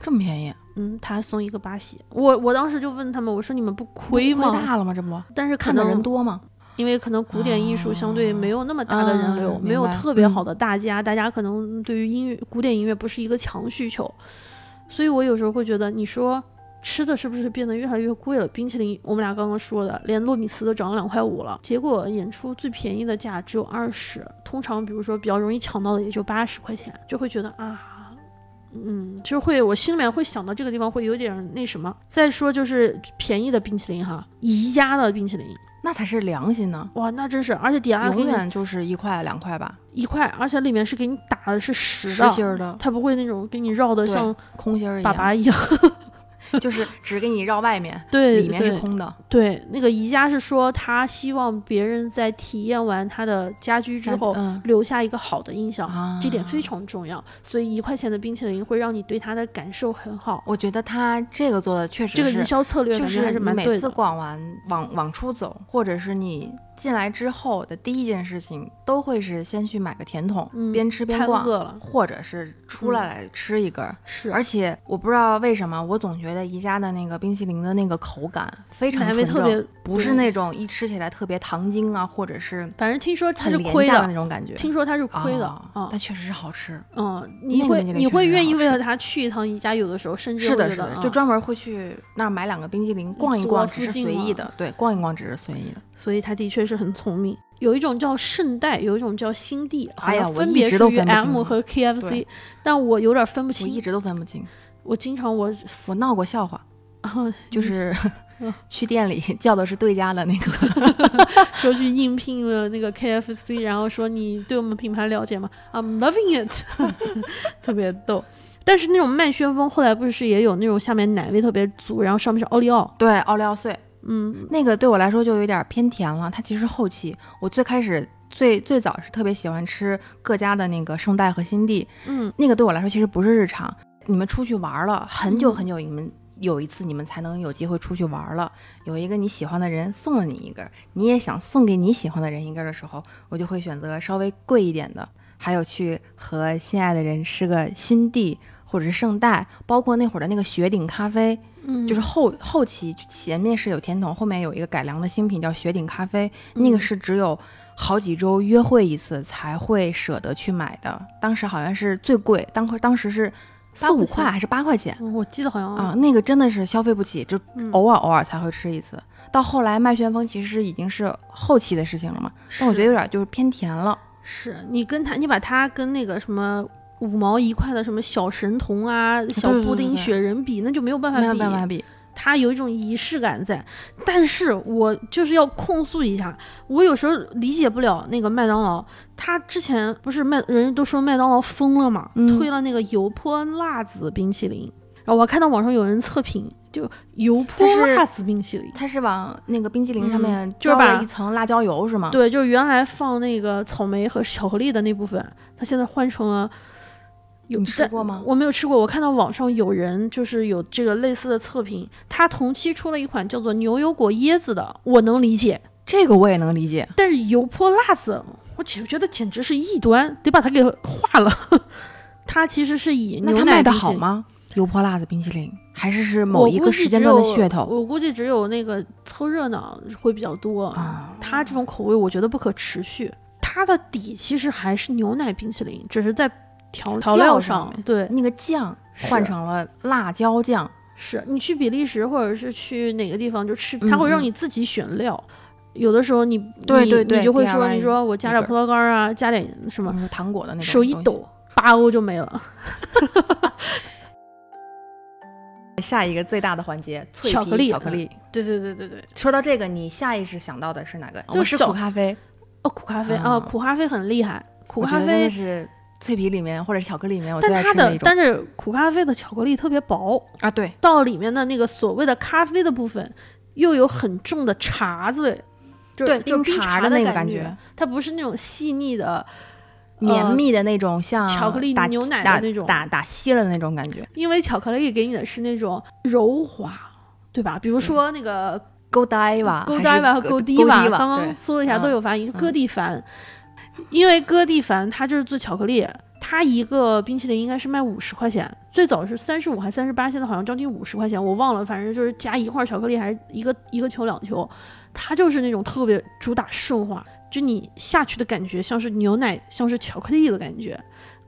S2: 这么便宜，
S1: 嗯，他还送一个八喜。我我当时就问他们，我说你们不
S2: 亏
S1: 亏吗？
S2: 大了吗？这不
S1: 但是可
S2: 看的
S1: 能
S2: 人，多吗？
S1: 因为可能古典艺术相对没有那么大的人流，
S2: 啊
S1: 没有
S2: 明白
S1: 特别好的大家，大家可能对于音乐古典音乐不是一个强需求，所以我有时候会觉得，你说吃的是不是变得越来越贵了？冰淇淋我们俩刚刚说的，连糯米糍都涨了两块五了，结果演出最便宜的价只有二十，通常比如说比较容易抢到的也就八十块钱，就会觉得啊。嗯，就会我心里面会想到这个地方会有点那什么。再说就是便宜的冰淇淋哈，宜家的冰淇淋，
S2: 那才是良心呢，
S1: 哇，那真是，而且底下给
S2: 永
S1: 你
S2: 远就是一块两块吧，
S1: 一块，而且里面是给你打的是实
S2: 实
S1: 的，
S2: 心儿的，
S1: 它不会那种给你绕的
S2: 对
S1: 像
S2: 空心儿一
S1: 粑
S2: 样，
S1: 粑一 样。
S2: 就是只给你绕外面，
S1: 对，
S2: 里面是
S1: 对
S2: 空的，
S1: 对，那个宜家是说他希望别人在体验完他的家居之
S2: 那
S1: 后，
S2: 嗯
S1: 留下一个好的印象，
S2: 啊，
S1: 这点非。常重要。所以一块钱的冰淇淋会让你对它的感受很好，
S2: 我觉得他这个做的确实
S1: 这个
S2: 是
S1: 营销策略
S2: 就
S1: 感觉还
S2: 是
S1: 是
S2: 你
S1: 蛮
S2: 每
S1: 对
S2: 次
S1: 的。
S2: 逛完往往出走，或者是你进来之后的第一件事情，都会是先去买个甜筒，
S1: 嗯
S2: 边吃边
S1: 太
S2: 逛，
S1: 饿了，
S2: 或者是出来
S1: 嗯
S2: 吃一根儿。
S1: 是，
S2: 而且我不知道为什么，我总觉得宜家的那个冰淇淋的那个口感非常
S1: 奶味
S2: 纯
S1: 特
S2: 正，
S1: 别，
S2: 不是那种一吃起来特别糖精啊，或者是
S1: 反正听说它
S2: 很
S1: 是
S2: 廉
S1: 亏
S2: 价的
S1: 的
S2: 那，种感觉。
S1: 听说它是亏的
S2: 哦
S1: 啊。
S2: 但确实是好吃。
S1: 嗯，你
S2: 那个
S1: 会
S2: 冰淇淋
S1: 你
S2: 确
S1: 会
S2: 实
S1: 愿意
S2: 好
S1: 为
S2: 吃
S1: 了它去一趟宜家，有的时候甚至
S2: 是
S1: 会
S2: 的，
S1: 觉
S2: 是
S1: 得
S2: 的，就
S1: 嗯
S2: 专门会去那儿买两个冰激凌逛一
S1: 左
S2: 逛，
S1: 附
S2: 只是
S1: 近啊
S2: 随意
S1: 嘛
S2: 的。对，逛一逛只是随意的。
S1: 所以他的确是很聪明。有一种叫圣代，有一种叫新地，好
S2: 哎呀
S1: 像
S2: 我
S1: 分
S2: 一
S1: 别
S2: 直
S1: 属
S2: 都
S1: 于
S2: 分不清
S1: M
S2: 了
S1: 和 KFC，
S2: 对
S1: 但我有点分不
S2: 我一
S1: 清。
S2: 直都分不清。
S1: 我经常我
S2: 我闹过笑 话，就
S1: 哦你
S2: 是
S1: 嗯
S2: 去店里叫的是对家的那个
S1: 说去应聘了那个 KFC，然 后说你对我们品牌了解吗？I'm loving it，特别逗。但是那种麦旋风后来不是也有那种下面奶味特别足，然后上面是奥利奥，
S2: 对奥利奥碎，
S1: 嗯
S2: 那个对我来说就有点偏甜了。它其实后期，我最开始最最早是特别喜欢吃各家的那个圣代和新地，
S1: 嗯
S2: 那个对我来说其实不是日常。你们出去玩了很久
S1: 嗯
S2: 很久，你们有一次你们才能有机会出去玩了。有一个你喜欢的人送了你一根儿，你也想送给你喜欢的人一根儿的时候，我就会选择稍微贵一点的，还有去和心爱的人吃个新地或者是圣代，包括那会儿的那个雪顶咖啡，
S1: 嗯，
S2: 就是后后期就前面是有甜筒，后面有一个改良的新品叫雪顶咖啡，那个
S1: 嗯
S2: 是只有好几周约会一次才会舍得去买的。当时好像是最贵，当当时是四五
S1: 八块
S2: 块
S1: 钱
S2: 还是八块钱
S1: 嗯我记得好像
S2: 啊？哦那个真的是消费不起，就
S1: 嗯
S2: 偶尔偶尔才会吃一次。到后来麦旋风其实已经是后期的事情了嘛，但我觉得有点就是偏甜了。
S1: 是你跟他，你把他跟那个什么五毛一块的什么小神童啊、小
S2: 对对
S1: 布
S2: 对
S1: 丁
S2: 对
S1: 雪人比，那就没有办法
S2: 没有
S1: 比。
S2: 办法比，
S1: 它有一种仪式感在，但是我就是要控诉一下，我有时候理解不了那个麦当劳，它之前不是麦，人家都说麦当劳疯了嘛，
S2: 嗯
S1: 推了那个油泼辣子冰淇淋，然后我还看到网上有人测评，就油泼
S2: 它是
S1: 辣子冰淇淋，
S2: 它是往那个冰激凌上
S1: 嗯
S2: 面
S1: 就是
S2: 浇
S1: 把
S2: 了一层辣椒油是吗？
S1: 对，就是原来放那个草莓和巧克力的那部分，它现在换成了有
S2: 你吃
S1: 但
S2: 过吗
S1: 我没有吃过，我看到网上有人就是有这个类似的测评，它同期出了一款叫做牛油果椰子的，我能理解，
S2: 这个我也能理解。
S1: 但是油泼辣子，我简觉得简直是异端，得把它给化了。 它其实是以
S2: 那
S1: 牛
S2: 它
S1: 奶
S2: 卖的
S1: 冰淇
S2: 好
S1: 淋？
S2: 吗？油泼辣子冰淇淋，还是是
S1: 我
S2: 某
S1: 估
S2: 一个
S1: 计
S2: 时间
S1: 只
S2: 段的
S1: 有
S2: 噱头
S1: 我估计只有那个凑热闹会比较多。
S2: 啊？
S1: 它这种口味我觉得不可持续。它的底其实还是牛奶冰淇淋，只是在调
S2: 调
S1: 料
S2: 料上面
S1: 对，
S2: 那个酱
S1: 是
S2: 换成了辣椒酱，
S1: 是你去比利时或者是去哪个地方就吃，
S2: 嗯
S1: 它会让
S2: 嗯
S1: 你自己选料。有的时候你
S2: 对
S1: 你
S2: 对对
S1: 你就会说，
S2: DIY
S1: 你说我加
S2: 那
S1: 点
S2: 个
S1: 葡萄干儿啊，加点什么
S2: 什，么糖果的那种，
S1: 手一抖，，八欧就没了。
S2: 下一个最大的环节，脆皮
S1: 巧克力
S2: 巧克力。嗯
S1: 对对对对对，
S2: 说到这个，你下意识想到的是哪个？
S1: 就
S2: 我是
S1: 小
S2: 苦咖啡，
S1: 哦，苦咖啡啊、
S2: 嗯
S1: 苦咖啡很厉害，苦
S2: 我觉
S1: 咖
S2: 得真的
S1: 啡，
S2: 是脆皮里面或者是巧克力里面我最爱
S1: 但
S2: 吃
S1: 它
S2: 的
S1: 的
S2: 一种
S1: 但是苦咖啡的巧克力特别薄，
S2: 啊，对，
S1: 到里面的那个所谓的咖啡的部分，又有很重的茶子味，就
S2: 对
S1: 就
S2: 冰茶
S1: 茶
S2: 的那个
S1: 感
S2: 感觉，呃
S1: 它不是那种细腻的，
S2: 绵密的那种，像
S1: 巧克力
S2: 打
S1: 牛奶的
S2: 打
S1: 那种
S2: 打打稀了的那种感觉，
S1: 因为巧克力给你的是那种柔滑。对吧？比如说那个
S2: Godiva，
S1: g o d i v a 和 g o d i v a 刚刚搜了一下
S2: 嗯
S1: 都有发音，
S2: 嗯
S1: 哥地凡。因为哥地凡它就是做巧克力，它一个冰淇淋应该是卖五十块钱，最早是三十五还三十八，现在好像将近五十块钱，我忘了，反正就是加一块巧克力还是一个一个球两球，它就是那种特别主打顺滑，就你下去的感觉像是牛奶，像是巧克力的感觉。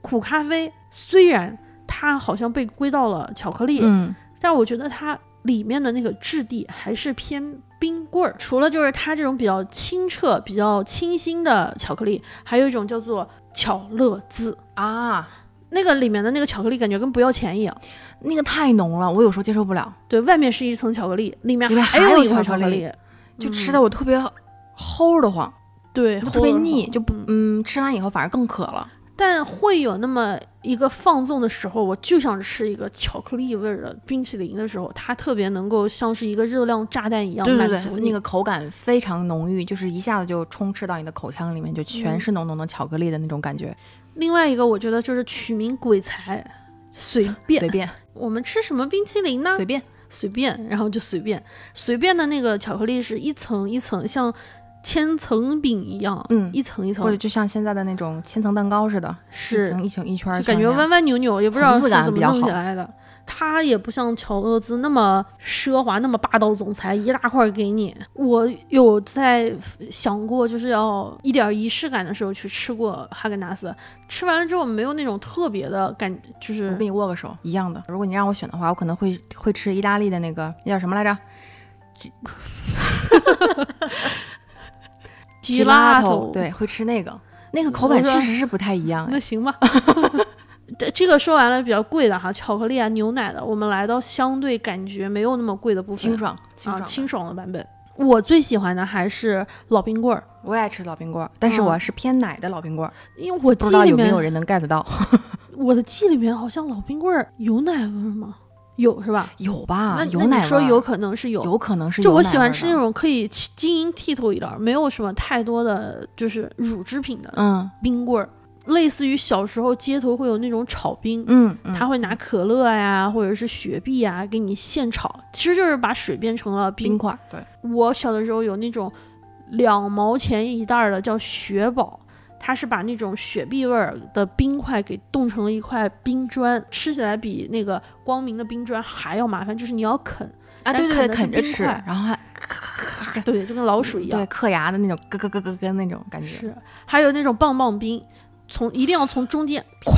S1: 苦咖啡虽然它好像被归到了巧克力，
S2: 嗯，
S1: 但我觉得它里面的那个质地还是偏冰棍儿。除了就是它这种比较清澈、比较清新的巧克力，还有一种叫做巧乐兹，
S2: 啊，
S1: 那个里面的那个巧克力感觉跟不要钱一样。
S2: 那个太浓了，我有时候接受不了，
S1: 对，外面是一层巧克力，里面
S2: 里面还
S1: 有
S2: 有
S1: 一层
S2: 巧
S1: 巧
S2: 克
S1: 克
S2: 力
S1: 力，
S2: 就
S1: 嗯
S2: 吃的我特别齁的慌，
S1: 对，
S2: 特别
S1: 齁了
S2: 腻，
S1: 齁
S2: 就不
S1: 嗯
S2: 嗯，吃完以后反而更渴了。
S1: 但会有那么一个放纵的时候，我就想吃一个巧克力味儿的冰淇淋的时候，它特别能够像是一个热量炸弹一样
S2: 对对
S1: 满足
S2: 对，
S1: 你
S2: 那个口感非常浓郁，就是一下子就充斥到你的口腔里面，就全
S1: 嗯
S2: 是浓浓的巧克力的那种感觉。
S1: 另外一个，我觉得就是取名鬼才，随便嗯
S2: 随便
S1: 我们吃什么冰淇淋呢？
S2: 随便，
S1: 随便，然后就随便，随便的那个巧克力是一层一层，像千层饼一样，
S2: 嗯
S1: 一层一
S2: 或者
S1: 层，
S2: 就像现在的那种千层蛋糕似的，一
S1: 是
S2: 层一层一圈儿
S1: 就
S2: 一圈儿那样，
S1: 感觉弯弯扭扭，也不知道
S2: 层次
S1: 是
S2: 感
S1: 怎么
S2: 比较
S1: 弄
S2: 好
S1: 起来的。它也不像乔乐兹那么奢华，那么霸道总裁一大块儿给你。我有在想过，就是要一点儿仪式感的时候去吃过哈根达斯，吃完了之后没有那种特别的感，就是
S2: 我跟你握个手，一样的。如果你让我选的话，我可能会会吃意大利的那个那叫什么来着？
S1: 吉
S2: 拉
S1: 拉
S2: 头，
S1: 头，嗯
S2: 对，会吃那个，那个口感
S1: 我说
S2: 确实是不太一样。哎
S1: 嗯那 行吧。这这个说完了比较贵的哈，巧克力啊、牛奶的，我们来到相对感觉没有那么贵的部分，
S2: 清爽，清爽
S1: 啊
S2: 的，
S1: 清爽的版本。我最喜欢的还是老冰棍儿，
S2: 我也爱吃老冰棍儿，但是
S1: 嗯
S2: 我是偏奶的老冰棍儿，
S1: 因为
S2: 不
S1: 我记
S2: 知
S1: 忆
S2: 道
S1: 里
S2: 有没
S1: 面，
S2: 有人能 get 到？
S1: 我的记忆里面好像老冰棍儿有奶味儿吗？有是吧？
S2: 有吧？
S1: 那
S2: 啊有
S1: 那
S2: 奶
S1: 你说
S2: 味儿
S1: 有可能是有，
S2: 有可能是
S1: 就
S2: 有
S1: 我
S2: 奶
S1: 喜
S2: 味
S1: 欢
S2: 儿
S1: 吃
S2: 的
S1: 那种可以晶莹剔透一点儿，没有什么太多的就是乳制品的
S2: 嗯，
S1: 冰棍儿。类似于小时候街头会有那种炒冰，
S2: 嗯，嗯
S1: 他会拿可乐呀、或者是雪碧呀、给你现炒，其实就是把水变成了冰
S2: 冰块，对，
S1: 我小的时候有那种两毛钱一袋儿的叫雪宝，它是把那种雪碧味儿的冰块给冻成了一块冰砖，吃起来比那个光明的冰砖还要麻烦，就是你要啃，
S2: 啊，
S1: 但
S2: 对对，对，啃
S1: 啃
S2: 着
S1: 的是冰
S2: 吃，
S1: 块
S2: 然后还
S1: 对，就跟老鼠一样
S2: 对，。嗑牙的那种，咯咯咯咯咯那种感觉，
S1: 是，还有那种棒棒冰，从一定要从中间咵，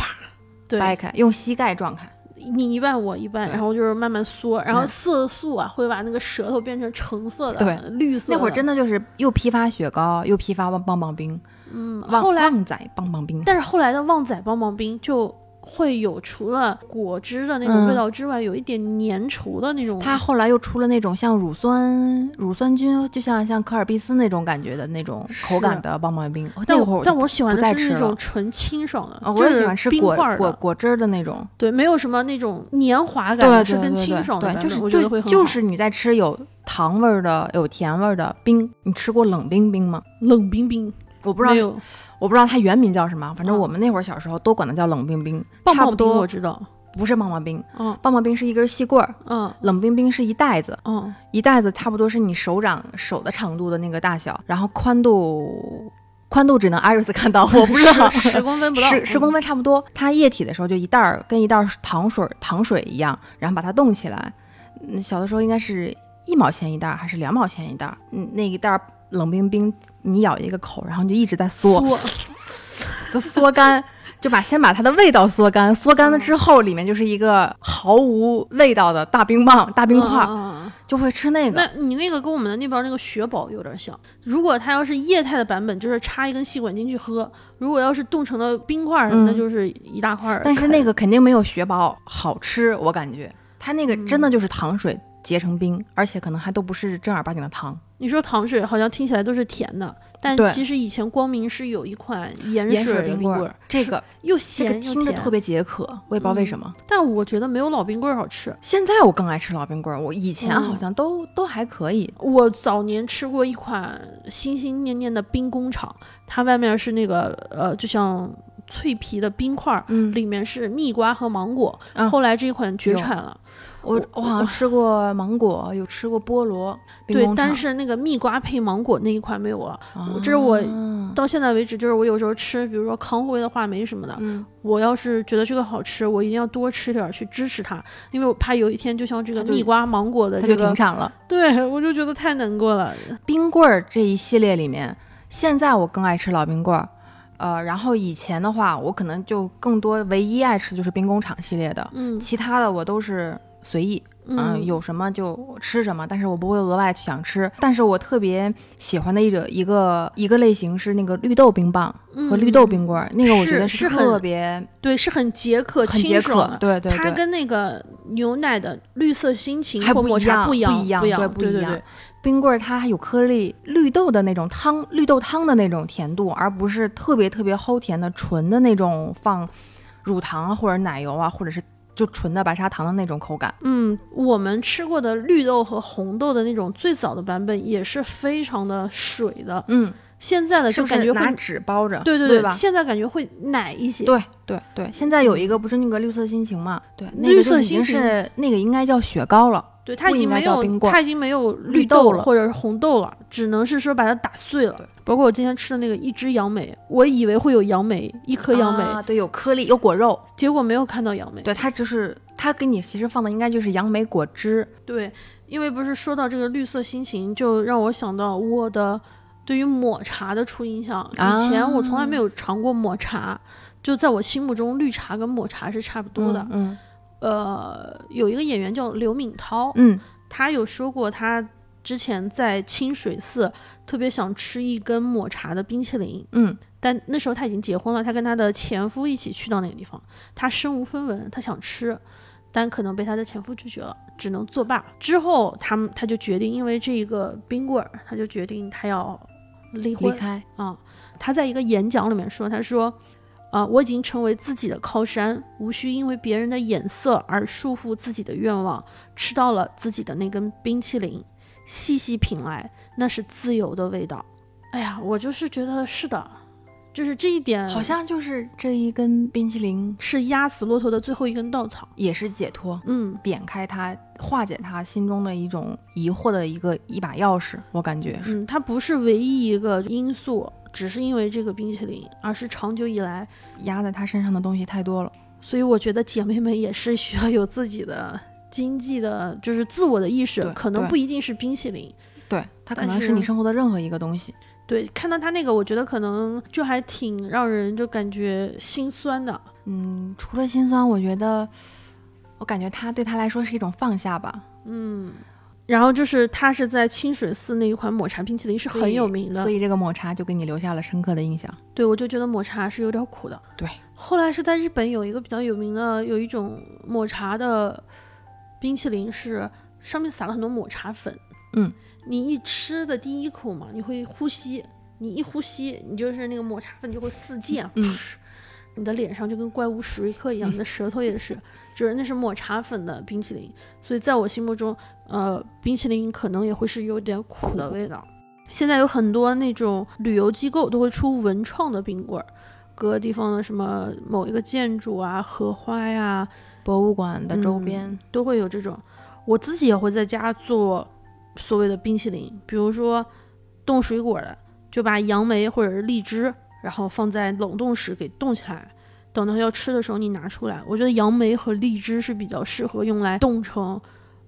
S2: 掰
S1: 对
S2: 开，用膝盖撞开，
S1: 你一半我一半，
S2: 对
S1: 然后就是慢慢缩，然后
S2: 嗯
S1: 色素啊会把那个舌头变成橙色的、
S2: 对
S1: 绿色的。
S2: 那会儿真
S1: 的，
S2: 的就是又批发雪糕，又批发棒棒棒冰，
S1: 嗯，
S2: 旺
S1: 后来
S2: 旺仔棒棒冰，
S1: 但是后来的旺仔棒棒冰就会有除了果汁的那种
S2: 嗯
S1: 味道之外，有一点粘稠的那种。
S2: 它后来又出了那种像乳酸乳酸菌，就像像可尔必思那种感觉的那种口感的棒棒冰。
S1: 但
S2: 那会儿
S1: 我但我喜欢
S2: 不
S1: 的
S2: 再
S1: 是
S2: 吃
S1: 那种
S2: 了
S1: 纯清爽的，
S2: 哦
S1: 就
S2: 我也喜欢
S1: 是
S2: 吃
S1: 冰
S2: 果
S1: 块儿
S2: 果
S1: 的，
S2: 果汁儿的那种，
S1: 对，没有什么那种年华
S2: 对
S1: 感，
S2: 对
S1: 是
S2: 对
S1: 跟
S2: 对
S1: 清爽的
S2: 对，
S1: 版
S2: 就
S1: 本
S2: 是
S1: 我觉得会
S2: 就
S1: 很
S2: 就
S1: 好
S2: 是你在吃有糖味儿的、有甜味儿的冰，你吃过冷冰冰吗？
S1: 冷冰冰，
S2: 我不知道，
S1: 没有
S2: 我不知道它原名叫什么，反正
S1: 嗯
S2: 我们那会儿小时候都管它叫冷冰冰，
S1: 棒
S2: 差不
S1: 棒冰我
S2: 多
S1: 知道，
S2: 不是棒棒冰，
S1: 嗯
S2: 棒棒冰是一根细棍儿，
S1: 嗯
S2: 冷冰冰是一袋子，
S1: 嗯，。
S2: 一袋子差不多是你手掌手的长度的那个大小，然后宽度宽度只能 Iris 看到，我不知道
S1: 十十公分不到，嗯
S2: 十十公分差不多，它液体的时候就一袋儿跟一袋儿糖水糖水一样，然后把它冻起来。嗯，小的时候应该是一毛钱一袋儿还是两毛钱一袋儿？嗯，那一袋儿冷冰冰，你咬一个口，然后你就一直在
S1: 嗯
S2: 缩，就缩干，就把先把它的味道缩干，缩
S1: 嗯
S2: 干了之后，里面就是一个毫无味道的大冰棒、大冰块儿，
S1: 嗯嗯嗯嗯
S2: 就会吃那个。
S1: 那你那个跟我们的那边儿那个雪宝有点像。如果它要是液态的版本，就是插一根吸管进去喝；如果要是冻成了冰块儿什么的，
S2: 嗯
S1: 就是一大块儿啃。
S2: 但是那个肯定没有雪宝好吃，我感觉它那个真
S1: 嗯
S2: 的就是糖水结成冰，而且可能还都不是正儿八经的糖，
S1: 你说糖水好像听起来都是甜的，但
S2: 对
S1: 其实以前光明是有一款盐
S2: 盐
S1: 水
S2: 水
S1: 的
S2: 冰
S1: 冰
S2: 棍
S1: 棍
S2: 儿
S1: 儿，，
S2: 这
S1: 是
S2: 个
S1: 又
S2: 这
S1: 咸
S2: 个
S1: 又
S2: 听着
S1: 甜嗯
S2: 特别解渴，我也不知道为什么。
S1: 但我觉得没有老冰棍儿好吃。
S2: 现在我更爱吃老冰棍儿，我以前
S1: 嗯
S2: 好像都、都还可以。
S1: 我早年吃过一款心心念念的冰工厂，它外面是那个呃，就像脆皮的冰块儿，
S2: 嗯
S1: 里面是蜜瓜和芒果。
S2: 啊
S1: 后来这一款绝
S2: 有
S1: 产了，
S2: 我我
S1: 我
S2: 好像吃过芒果，有吃过菠萝冰
S1: 对
S2: 工，
S1: 但
S2: 厂
S1: 是那个蜜瓜配芒果那一款没有了。我这是我嗯
S2: 啊
S1: 到现在为止，就是我有时候吃，比如说康辉的话没什么的，
S2: 嗯，
S1: 我要是觉得这个好吃，我一定要多吃点儿去支持它，因为我怕有一天就像这个
S2: 它就
S1: 蜜瓜、芒果的
S2: 它
S1: 呃这
S2: 就停
S1: 个，
S2: 产了。
S1: 对我就觉得太难过了。
S2: 冰棍儿这一系列里面，现在我更爱吃老冰棍儿，呃，然后以前的话，我可能就更多唯一爱吃就是冰工厂系列的，
S1: 嗯
S2: 其他的我都是随意，嗯、有什么就吃什么，但是我不会额外去想吃。但是我特别喜欢的一个一个一个类型是那个绿豆冰棒和绿豆冰棍儿，那个我觉得
S1: 是是很
S2: 特别
S1: 嗯对，是很解渴、
S2: 很
S1: 清
S2: 解
S1: 爽
S2: 渴
S1: 的，。
S2: 对对
S1: 它
S2: 对。
S1: 跟那个牛奶的绿色心情
S2: 还
S1: 或
S2: 不
S1: 抹
S2: 一
S1: 茶
S2: 样
S1: 一样，
S2: 不一样
S1: 不一样，
S2: 对不
S1: 对
S2: 一
S1: 对
S2: 样冰棍儿它还有颗粒，绿豆的那种汤，绿豆汤的那种甜度，而不是特别特别齁甜的纯的那种放乳糖啊或者奶油啊，或者是就纯的白砂糖的那种口感。
S1: 嗯，我们吃过的绿豆和红豆的那种最早的版本也是非常的水的，
S2: 嗯，
S1: 现在的
S2: 是不
S1: 呃就
S2: 是
S1: 感觉会
S2: 拿纸包着？
S1: 对
S2: 对
S1: 对，
S2: 吧？
S1: 现在感觉会奶一些。
S2: 对对对，现在有一个不是那个绿色心情嘛？对，那个
S1: 绿
S2: 就
S1: 色
S2: 已经
S1: 心情
S2: 是那个应该叫雪糕了。
S1: 对，它
S2: 不
S1: 已经
S2: 应该
S1: 没
S2: 叫
S1: 有
S2: 冰棍儿
S1: 它已经没有绿
S2: 绿豆
S1: 豆
S2: 了
S1: 或者是红豆了，只能是说把它打碎了
S2: 对。
S1: 包括我今天吃的那个一只杨梅，我以为会有杨梅，一颗杨梅，
S2: 啊，对，有颗粒，有果肉。
S1: 结果没有看到杨梅。
S2: 对，它就是它给你其实放的应该就是杨梅果汁。
S1: 对，因为不是说到这个绿色心情，就让我想到我的对于抹茶的初印象。以前我从来没有尝过抹茶，就在我心目中，绿茶跟抹茶是差不多的。
S2: 嗯
S1: 呃，有一个演员叫刘敏涛，
S2: 嗯
S1: 他有说过他。之前在清水寺特别想吃一根抹茶的冰淇淋，
S2: 嗯
S1: 但那时候他已经结婚了，他跟他的前夫一起去到那个地方，他身无分文，他想吃，但可能被他的前夫拒绝了，只能作罢。之后他们他就决定，因为这个冰棍儿，他就决定他要离
S2: 离
S1: 婚
S2: 开。
S1: 啊、他在一个演讲里面说，他说：“啊、我已经成为自己的靠山，无需因为别人的眼色而束缚自己的愿望。吃到了自己的那根冰淇淋，细细品来，那是自由的味道。”哎呀，我就是觉得是的，就是这一点
S2: 好像就是这一根冰淇淋
S1: 是压死骆驼的最后一根稻草。
S2: 也是解脱，
S1: 嗯，
S2: 点开它，化解他心中的一种疑惑的一个一把钥匙，我感觉是。
S1: 嗯，它不是唯一一个因素，只是因为这个冰淇淋，而是长久以来。
S2: 压在他身上的东西太多了。
S1: 所以我觉得姐妹们也是需要有自己的经济的，就是自我的意识
S2: 对，
S1: 可能
S2: 对
S1: 不一定是冰淇淋。
S2: 对，它可
S1: 但
S2: 能是
S1: 是
S2: 你生活的任何一个东西。
S1: 对，看到他那个，我觉得可能就还挺让人就感觉心酸的。
S2: 嗯，除了心酸，我觉得，我感觉他对他来说是一种放下吧，
S1: 嗯，然后就是它是在清水寺那一款抹茶冰淇淋是
S2: 所
S1: 很
S2: 以
S1: 有名的
S2: 所，以这个抹茶就给你留下了深刻的印象。
S1: 对我就觉得抹茶是有点苦的。
S2: 对，
S1: 后来是在日本有一个比较有名的，有一种抹茶的冰淇淋是上面撒了很多抹茶粉，
S2: 嗯，
S1: 你一吃的第一口嘛，你会呼吸，你一呼吸，你就是那个抹茶粉就会四溅，
S2: 嗯
S1: 噗你的脸上就跟怪物史瑞克一样，你的舌头也是，就是那是抹茶粉的冰淇淋，所以在我心目中，呃，冰淇淋可能也会是有点苦的味道。现在有很多那种旅游机构都会出文创的冰棍儿，各个地方的什么某一个建筑啊、荷花呀、
S2: 博物馆的周
S1: 嗯
S2: 边，
S1: 都会有这种。我自己也会在家做所谓的冰淇淋，比如说冻水果的，就把杨梅或者是荔枝，然后放在冷冻室给冻起来，等到要吃的时候你拿出来。我觉得杨梅和荔枝是比较适合用来冻成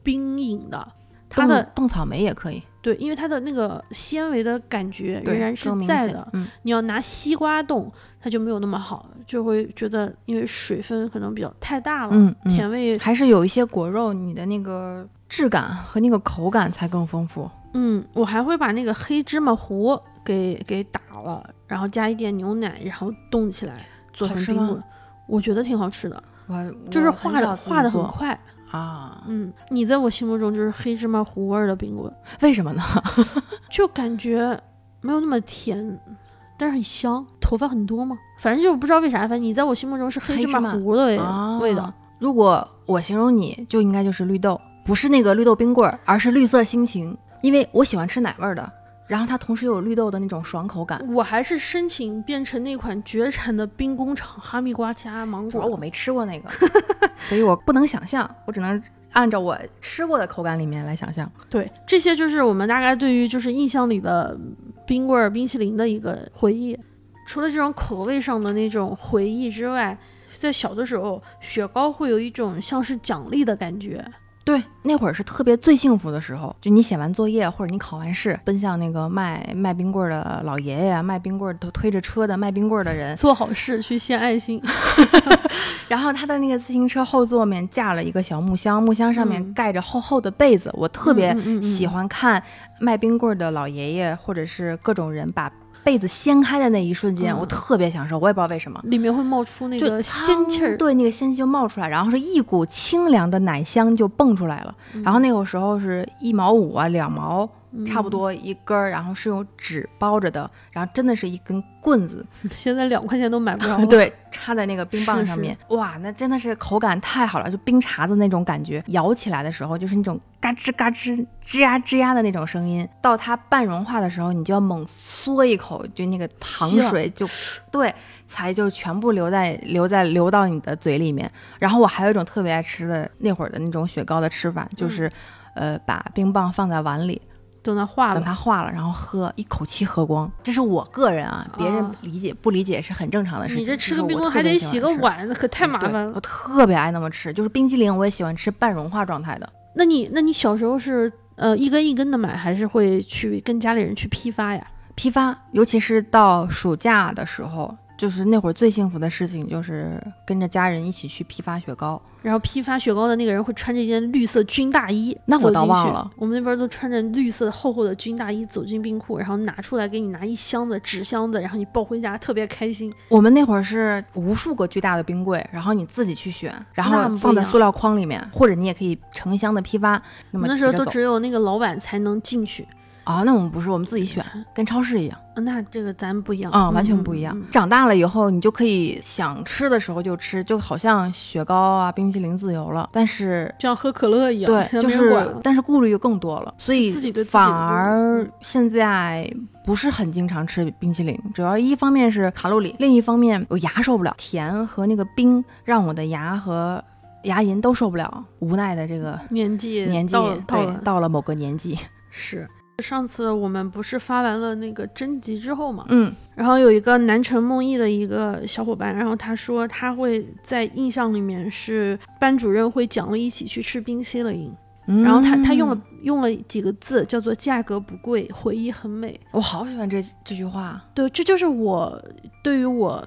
S1: 冰饮的，它
S2: 冻
S1: 的
S2: 冻草莓也可以，
S1: 对，因为它的那个纤维的感觉
S2: 对
S1: 仍然是
S2: 更明
S1: 在
S2: 显
S1: 的。
S2: 嗯，
S1: 你要拿西瓜冻，它就没有那么好，就会觉得因为水分可能比较太大了，
S2: 嗯嗯
S1: 甜味
S2: 还是有一些果肉，你的那个质感和那个口感才更丰富。
S1: 嗯，我还会把那个黑芝麻糊给给打了，然后加一点牛奶，然后冻起来做
S2: 好
S1: 成
S2: 吃
S1: 冰
S2: 吗
S1: 棍，我觉得挺好吃的，
S2: 我
S1: 就是
S2: 我很
S1: 化的
S2: 少自己
S1: 化的很
S2: 做
S1: 快。
S2: 啊，
S1: 嗯，你在我心目中就是黑芝麻糊味儿的冰棍，
S2: 为什么呢？
S1: 就感觉没有那么甜，但是很香。头发很多吗？反正就不知道为啥，反正你在我心目中是黑
S2: 黑
S1: 芝
S2: 芝
S1: 麻
S2: 麻
S1: 糊的味
S2: 啊
S1: 味道。
S2: 如果我形容你，就应该就是绿豆，不是那个绿豆冰棍儿，而是绿色心情，因为我喜欢吃奶味儿的，然后它同时又有绿豆的那种爽口感。
S1: 我还是申请变成那款绝产的冰工厂哈密瓜加芒
S2: 主
S1: 果
S2: 要
S1: 的。
S2: 我没吃过 那个，所以我不能想象，我只能按照我吃过的口感里面来想象。
S1: 对，这些就是我们大概对于就是印象里的冰棍儿、冰淇淋的一个回忆。除了这种口味上的那种回忆之外，在小的时候，雪糕会有一种像是奖励的感觉。
S2: 对，那会儿是特别最幸福的时候，就你写完作业或者你考完试，奔向那个卖卖冰棍儿的老爷爷啊，卖冰棍儿的推着车的卖冰棍儿的人，
S1: 做好事去献爱心，
S2: 然后他的那个自行车后座面架了一个小木箱，木箱上面
S1: 嗯
S2: 盖着厚厚的被子。我特别
S1: 嗯嗯嗯嗯
S2: 喜欢看卖冰棍儿的老爷爷或者是各种人把被子掀开的那一瞬间，
S1: 嗯
S2: 我特别享受。我也不知道为什么，
S1: 里面会冒出那
S2: 就
S1: 个仙气
S2: 噌
S1: 儿。
S2: 对，那个仙气就冒出来，然后是一股清凉的奶香就蹦出来了。
S1: 嗯
S2: 然后那个时候是一毛五啊，两毛。差不多一根儿，然后是用纸包着的，然后真的是一根棍子，
S1: 现在两块钱都买 不着了。
S2: 对，插在那个冰棒
S1: 是
S2: 上
S1: 是
S2: 面，哇，那真的是口感太好了，就冰碴子那种感觉，咬起来的时候就是那种嘎吱嘎吱、吱呀吱呀的那种声音。到它半融化的时候，你就要猛嗦一口，就那个糖
S1: 吸了
S2: 水就对，才就全部留在留在流到你的嘴里面。然后我还有一种特别爱吃的那会儿的那种雪糕的吃法，就是。呃，把冰棒放在碗里，
S1: 等它化
S2: 等
S1: 了，
S2: 它化了，然后喝，一口气喝光。这是我个人啊，别人
S1: 啊
S2: 理解不理解是很正常的事情。
S1: 你这吃
S2: 就是
S1: 个
S2: 我
S1: 冰棍
S2: 特
S1: 还
S2: 别
S1: 得
S2: 喜欢
S1: 洗个
S2: 吃嗯
S1: 碗，可太麻
S2: 对
S1: 烦了
S2: 我。特别爱那么吃，就是冰激凌，我也喜欢吃半融化状态的。
S1: 那你那你小时候是呃一根一根的买，还是会去跟家里人去批发呀？
S2: 批发，尤其是到暑假的时候，就是那会儿最幸福的事情，就是跟着家人一起去批发雪糕。
S1: 然后批发雪糕的那个人会穿着一件绿色军大衣，
S2: 那我
S1: 走
S2: 倒
S1: 进
S2: 忘
S1: 去
S2: 了。
S1: 我们那边都穿着绿色厚厚的军大衣走进冰库，然后拿出来给你拿一箱子纸箱子，然后你抱回家，特别开心。
S2: 我们那会儿是无数个巨大的冰柜，然后你自己去选，然
S1: 那
S2: 后
S1: 不
S2: 放
S1: 一
S2: 在
S1: 样
S2: 塑料筐里面，或者你也可以成箱的批发。那
S1: 我
S2: 么
S1: 们那时候
S2: 提着
S1: 都
S2: 走
S1: 只有那个老板才能进去，
S2: 啊、那我们不是，我们自己选，
S1: 嗯
S2: 跟超市一样
S1: 那这个咱不一样
S2: 啊、
S1: 嗯
S2: 完全不一样。
S1: 嗯嗯
S2: 长大了以后，你就可以想吃的时候就吃，就好像雪糕啊、冰淇淋自由了，但是。
S1: 就像喝可乐一样，
S2: 对，
S1: 现在
S2: 就
S1: 没人
S2: 是
S1: 管了，
S2: 但是顾虑又更多了，所以
S1: 自己对自己的
S2: 反
S1: 顾虑
S2: 而
S1: 嗯
S2: 现在不是很经常吃冰淇淋，主要一方面是卡路里，另一方面我牙受不了，甜和那个冰让我的牙和牙龈都受不了，无奈的这个
S1: 年纪
S2: 年纪
S1: 到了到
S2: 对
S1: 了
S2: 到了某个年纪，
S1: 是。上次我们不是发完了那个征集之后嘛，
S2: 嗯
S1: 然后有一个南城梦忆的一个小伙伴，然后他说他会在印象里面是班主任会奖励一起去吃冰淇淋，
S2: 嗯
S1: 然后他他用了用了几个字叫做价格不贵，回忆很美。
S2: 我好喜欢这这句话，
S1: 对，这就是我对于我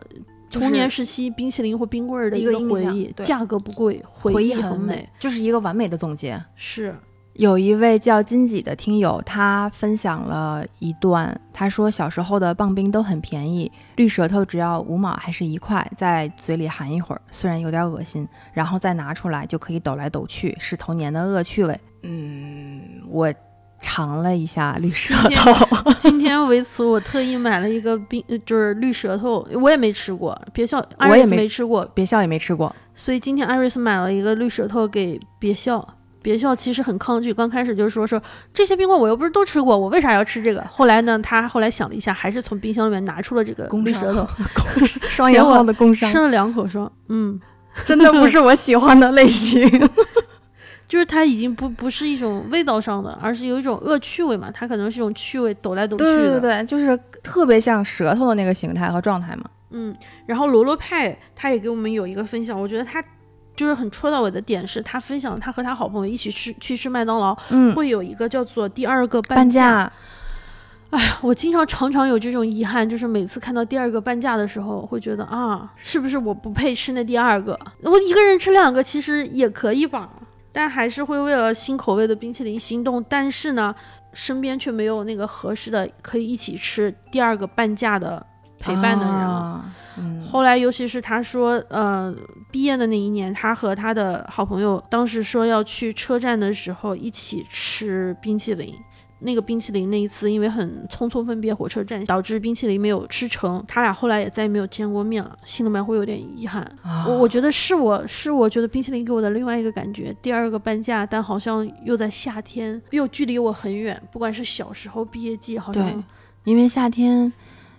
S2: 就是
S1: 童年时期冰淇淋或冰棍儿的
S2: 一
S1: 一
S2: 个
S1: 个
S2: 印
S1: 回
S2: 象
S1: 忆，
S2: 对
S1: 价格不贵，回
S2: 忆
S1: 很
S2: 很
S1: 美。，
S2: 就是一个完美的 总结。
S1: 是，
S2: 有一位叫金己的听友，他分享了一段，他说小时候的棒冰都很便宜，绿舌头只要五毛还是一块，在嘴里含一会儿，虽然有点恶心，然后再拿出来就可以抖来抖去，是童年的恶趣味。嗯，我尝了一下绿舌头，
S1: 今天为此我特意买了一个冰，呃就是绿舌头，我也没吃过，别笑，
S2: 我也
S1: Iris
S2: 没
S1: 没吃过，
S2: 别笑也没吃过。
S1: 所以今天 Iris 买了一个绿舌头给别笑。别笑其实很抗拒，刚开始就说说这些冰棍我又不是都吃过，我为啥要吃这个？后来呢，他后来想了一下，还是从冰箱里面拿出了这个
S2: 工
S1: 绿
S2: 伤
S1: 舌头，
S2: 双引号的工伤，
S1: 吃了两口，说嗯，
S2: 真的不是我喜欢的类型。
S1: 就是它已经不不是一种味道上的，而是有一种恶趣味嘛，它可能是一种趣味，抖来抖去的。
S2: 对对对，就是特别像舌头的那个形态和状态嘛。
S1: 嗯，然后罗罗派他也给我们有一个分享，我觉得他就是很戳到我的点是，他分享他和他好朋友一起吃去吃麦当劳，
S2: 嗯，
S1: 会有一个叫做第二个
S2: 半
S1: 价。
S2: 价，
S1: 我经常常常有这种遗憾，就是每次看到第二个半价的时候，会觉得啊，是不是我不配吃那第二个？我一个人吃两个其实也可以吧，但还是会为了新口味的冰淇淋心动。但是呢，身边却没有那个合适的可以一起吃第二个半价的陪伴的人了。
S2: 啊嗯，
S1: 后来，尤其是他说，呃，毕业的那一年，他和他的好朋友当时说要去车站的时候一起吃冰淇淋。那个冰淇淋那一次，因为很匆匆分别火车站，导致冰淇淋没有吃成。他俩后来也再也没有见过面了，心里面会有点遗憾。
S2: 啊
S1: 我我觉得是我是我觉得冰淇淋给我的另外一个感觉，第二个半价，但好像又在夏天，又距离我很远。不管是小时候毕业季，好
S2: 对
S1: 像
S2: 因为夏天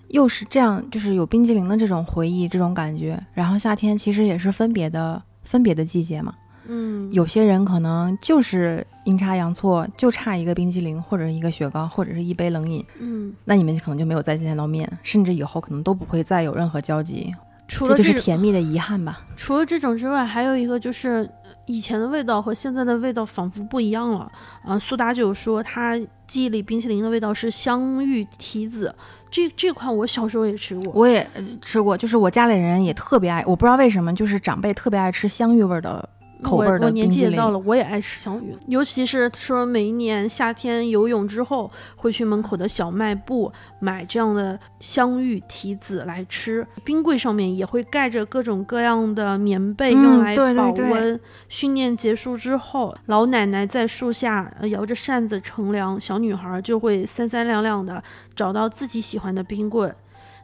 S2: 又是这样，就是有冰激凌的这种回忆，这种感觉。然后夏天其实也是分别的分别的季节嘛。
S1: 嗯，
S2: 有些人可能就是阴差阳错，就差一个冰激凌或者一个雪糕或者是一杯冷饮，
S1: 嗯，
S2: 那你们可能就没有再见到面，甚至以后可能都不会再有任何交集。
S1: 除
S2: 这
S1: 了
S2: 就
S1: 这
S2: 是
S1: 种
S2: 甜蜜的遗憾吧。
S1: 除了这种之外，还有一个就是呃以前的味道和现在的味道仿佛不一样了。呃，苏打九说他记忆里冰淇淋的味道是香芋提子，这这款我小时候也吃过。
S2: 我也呃吃过，就是我家里人也特别爱，我不知道为什么，就是长辈特别爱吃香芋味儿的口味儿
S1: 我
S2: 的
S1: 我
S2: 冰
S1: 年纪
S2: 激
S1: 也
S2: 凌
S1: 到。了，我也爱吃香芋，尤其是说每一年夏天游泳之后，会去门口的小卖部买这样的香芋提子来吃。冰柜上面也会盖着各种各样的棉被，
S2: 嗯
S1: 用来
S2: 对对
S1: 保温。
S2: 对
S1: 训练结束之后，老奶奶在树下呃摇着扇子乘凉，小女孩就会三三两两的找到自己喜欢的冰棍。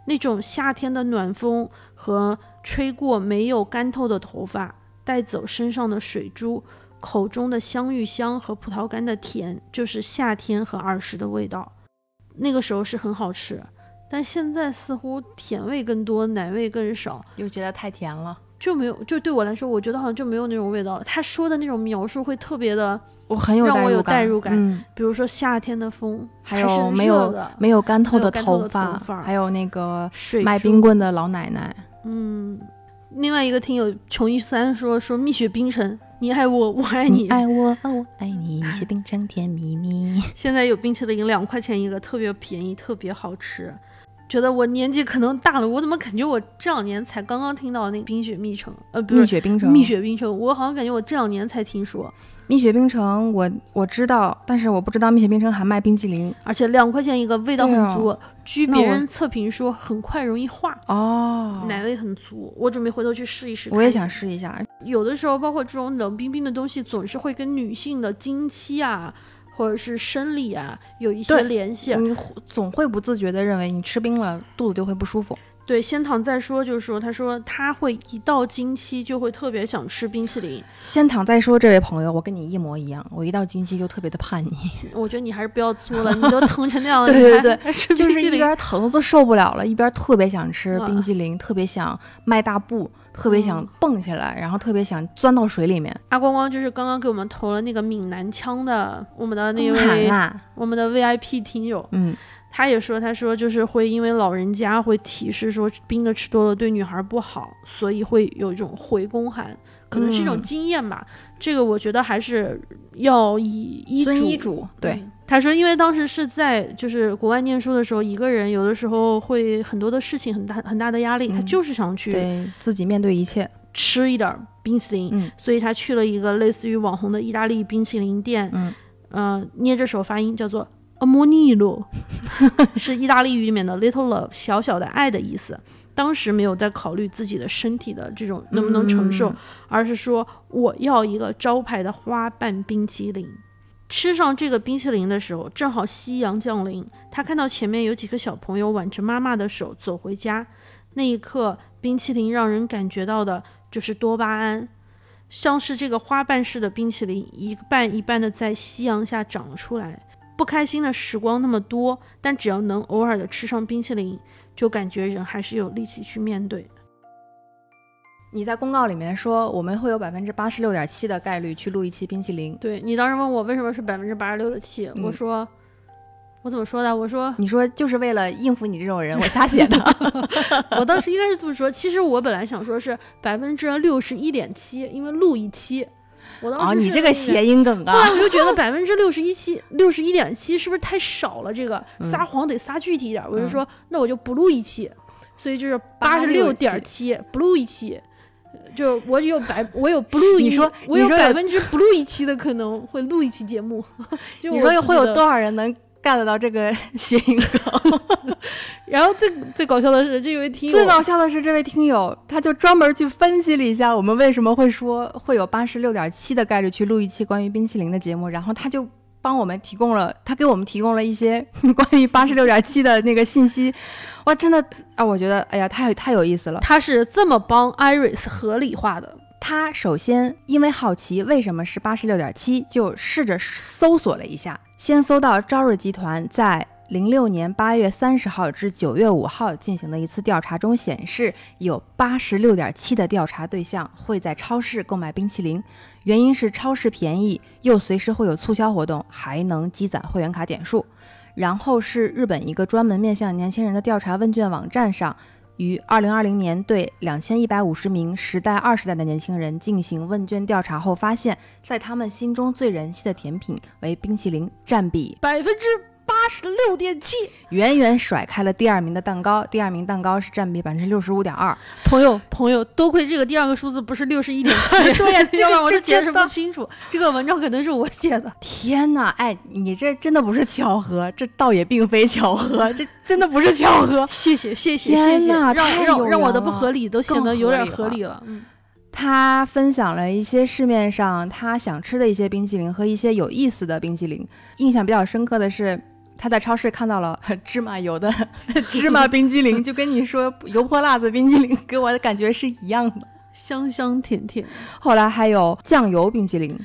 S1: 那种夏天的暖风和吹过没有干透的头发，带走身上的水珠，口中的香芋香和葡萄干的甜，就是夏天和儿时的味道。那个时候是很好吃，但现在似乎甜味更多，奶味更少，
S2: 又觉得太甜了。
S1: 就没有就对我来说，我觉得好像就没有那种味道了。他说的那种描述会特别的，
S2: 我很有
S1: 让我有
S2: 代
S1: 代入
S2: 感，
S1: 感
S2: 嗯，
S1: 比如说夏天的风，
S2: 还
S1: 是
S2: 有没
S1: 热
S2: 有
S1: 的
S2: 没有干透
S1: 没
S2: 的
S1: 有干透
S2: 头
S1: 的
S2: 发
S1: 头，发
S2: 还有那个
S1: 水
S2: 卖
S1: 珠
S2: 冰棍的老奶奶，
S1: 嗯，另外一个听友穷一三说说蜜雪冰城，你爱我，我爱哎你。
S2: 你嗯爱我，我爱 你，你是冰城甜蜜蜜。
S1: 现在有冰淇淋两块钱一个，特别便宜，特别好吃。觉得我年纪可能大了，我怎么感觉我这两年才刚刚听到那个冰雪蜜城？呃，不
S2: 蜜
S1: 是
S2: 雪冰城，
S1: 蜜雪冰城，我好像感觉我这两年才听说，
S2: 蜜雪冰城，我我知道，但是我不知道蜜雪冰城还卖冰激凌
S1: 而且两块钱一个，味道很
S2: 对哦
S1: 足。据
S2: 那
S1: 别
S2: 我
S1: 人测评说，很快容易化，
S2: 哦。
S1: 奶味很足。我准备回头去试一试。
S2: 我也
S1: 看一下
S2: 想试一下，
S1: 有的时候，包括这种冷冰冰的东西，总是会跟女性的经期啊，或者是生理啊有一些
S2: 对嗯
S1: 联系。
S2: 你会总会不自觉的认为你吃冰了肚子就会不舒服。
S1: 对，仙堂再说就说，他说他会一到经期就会特别想吃冰淇淋。
S2: 先躺再说，这位朋友，我跟你一模一样，我一到经期就特别的叛逆，
S1: 我觉得你还是不要做 了，你都疼成那样了，
S2: 对对
S1: 你还
S2: 对
S1: 还 吃
S2: 就
S1: 冰
S2: 是
S1: 淇
S2: 一
S1: 淋。
S2: 边疼的受不了了，一边特别想吃
S1: 哇
S2: 冰激凌，特别想迈大步，特别想
S1: 嗯
S2: 蹦起来，然后特别想钻到水里面。
S1: 阿光光就是刚刚给我们投了那个闽南腔的，我们的那
S2: 喊
S1: 位
S2: 啦，
S1: 我们的 VIP 听友，
S2: 嗯，
S1: 啊他也说，他说就是会因为老人家会提示说冰的吃多了对女孩不好，所以会有一种回宫寒，可能是一种
S2: 嗯
S1: 经验吧。这个我觉得还是要以医
S2: 遵
S1: 嘱
S2: 医嘱，对，
S1: 嗯他说，因为当时是在就是国外念书的时候，一个人有的时候会很多的事情很大很大的压力，他
S2: 嗯
S1: 就是想去
S2: 得自己面对一切。
S1: 吃一点儿冰淇淋，
S2: 嗯
S1: 所以他去了一个类似于网红的意大利冰淇淋店，
S2: 嗯，
S1: 呃，捏着手发音 叫做 “amonilo”，是意大利语里面的 “little love” 小小的爱的意思。当时没有在考虑自己的身体的这种能不能承受，
S2: 嗯
S1: 而是说我要一个招牌的花瓣冰淇淋。吃上这个冰淇淋的时候，正好夕阳降临，他看到前面有几个小朋友挽着妈妈的手走回家。那一刻，冰淇淋让人感觉到的就是多巴胺，像是这个花瓣式的冰淇淋，一瓣一瓣的在夕阳下长了出来。不开心的时光那么多，但只要能偶尔的吃上冰淇淋，就感觉人还是有力气去面对。
S2: 你在公告里面说，我们会有百分之八十六点七的概率去录一期冰淇淋。
S1: 对你当时问我为什么是百分之八十六的气，
S2: 嗯
S1: 我说我怎么说的？我说
S2: 你说就是为了应付你这种人，我瞎 写的。
S1: 我当时应该是这么说，其实我本来想说是百分之六十一点七，因为录一期，我当 时、
S2: 啊，你这个谐。音梗
S1: 后
S2: 啊
S1: 来！我就觉得百分之六十一七六十一点七是不是太少了？这个
S2: 嗯
S1: 撒谎得撒具体一点。我就说，那我就不录一期，所以就是八十六点七不录一期，就我只有百我有不录一，
S2: 你说
S1: 我
S2: 你说有
S1: 百分之不录一期的可能会录一期节目。就
S2: 你
S1: 我
S2: 说
S1: 自己
S2: 会有
S1: 的
S2: 多少人能 get 到这个 谐音梗？
S1: 然后最最搞笑的是，这位听友
S2: 最搞笑的是，这位听友他就专门去分析了一下我们为什么会说会有八十六点七的概率去录一期关于冰淇淋的节目，然后他就帮我们提供了，他给我们提供了一些 关于八十六点七的那个信息。哇，真的啊，我觉得哎呀，太太有意思了。
S1: 他是这么帮 Iris 合理化的，
S2: 他首先因为好奇为什么是八十六点七，就试着搜索了一下，先搜到朝日集团在零六年八月三十号至九月五号进行的一次调查中显示，有八十六点七的调查对象会在超市购买冰淇淋，原因是超市便宜，又随时会有促销活动，还能积攒会员卡点数。然后是日本一个专门面向年轻人的调查问卷网站上。于二零二零年对两千一百五十名十代、二十代的年轻人进行问卷调查后，发现，在他们心中最人气的甜品为冰淇淋，占比
S1: 百分之八十六点七。
S2: 远远甩开了第二名的蛋糕。第二名蛋糕是占比百分之六十五点二。
S1: 朋友，朋友，多亏这个第二个数字不是六十一点七，
S2: 对呀这个
S1: 要不然我
S2: 这
S1: 就解释
S2: 真
S1: 不
S2: 的
S1: 清楚。这个文章可能是我写的，
S2: 天哪，哎，你这真的不是巧合，这倒也并非巧合，这 真的不是巧合。
S1: 谢谢，谢谢，谢
S2: 天
S1: 谢，
S2: 哪
S1: 让
S2: 太有
S1: 让让我的
S2: 缘
S1: 不
S2: 了
S1: 合理都显
S2: 更
S1: 得有
S2: 合
S1: 点
S2: 理
S1: 合
S2: 了
S1: 理了。嗯，
S2: 他分享了一些市面上他想吃的一些冰淇淋和一些有意思的冰淇淋。印象比较深刻的是，他在超市看到了芝麻油 的芝麻冰激凌，就跟你说油泼辣子冰激凌给我的感觉是一样的。
S1: 香香甜甜。
S2: 后来还有酱油冰激凌，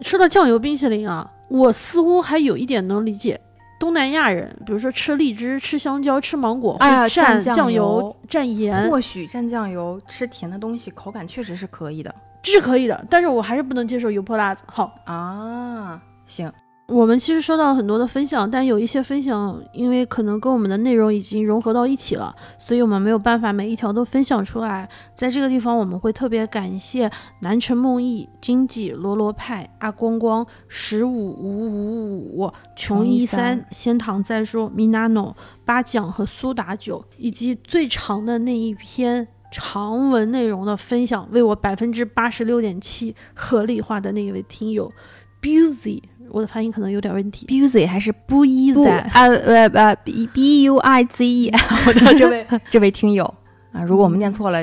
S1: 说到酱油冰淇淋啊，我似乎还有一点能理解。东南亚人，比如说吃荔枝、吃香蕉、吃芒果，
S2: 哎呀
S1: 会蘸
S2: 蘸酱
S1: 酱
S2: 油、
S1: 蘸 盐，
S2: 或许蘸酱油吃甜的东西口感确实是可以的
S1: 这是可以的。但是我还是不能接受油泼辣子。好，
S2: 啊。行，
S1: 我们其实收到很多的分享，但有一些分享，因为可能跟我们的内容已经融合到一起了，所以我们没有办法每一条都分享出来。在这个地方，我们会特别感谢南城梦忆、经济罗罗派、阿光光、十五五五五、穷一三
S2: 穷一、
S1: 仙堂再说、Minano、八奖和苏打酒，以及最长的那一篇。长文内容的分享，为我百分之八十六点七合理化的那一位听友 Busy，我的发音可能有点问 题。
S2: busy 还是不 easy
S1: 不
S2: 呃呃 b b u i z e，我的这位这位听友啊，如果我们念错了，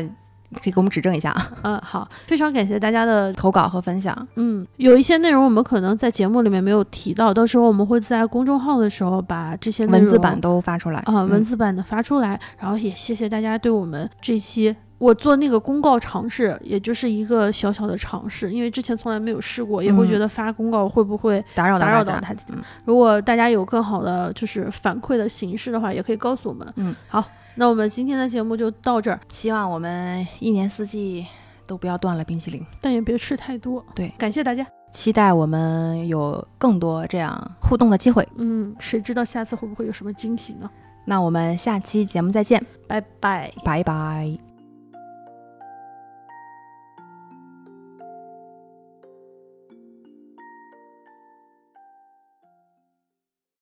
S2: 可以给我们指正一下啊，
S1: 嗯，好，非常感谢大家的
S2: 投稿和分享。
S1: 嗯，有一些内容我们可能在节目里面没有提到，到时候我们会在公众号的时候把这些内容
S2: 文字版都发出来嗯
S1: 啊、文
S2: 字
S1: 字版的发出来，然后也谢谢大家对我们这期我做那个公告尝试，也就是一个小小的尝试，因为之前从来没有试过，也
S2: 嗯
S1: 会觉得发公告会不会
S2: 打扰到
S1: 打
S2: 大
S1: 扰到
S2: 家。
S1: 大家。
S2: 嗯
S1: 如果大家有更好的就是反馈的形式的话，也可以告诉我们。
S2: 嗯，
S1: 好，那我们今天的节目就到这儿，
S2: 希望我们一年四季都不要断了冰淇淋，
S1: 但也别吃太多。
S2: 对
S1: 感谢大家。
S2: 期待我们有更多这样互动的机会。
S1: 嗯，谁知道下次会不会有什么惊喜呢？
S2: 那我们下期节目再见，
S1: 拜拜。
S2: 拜拜。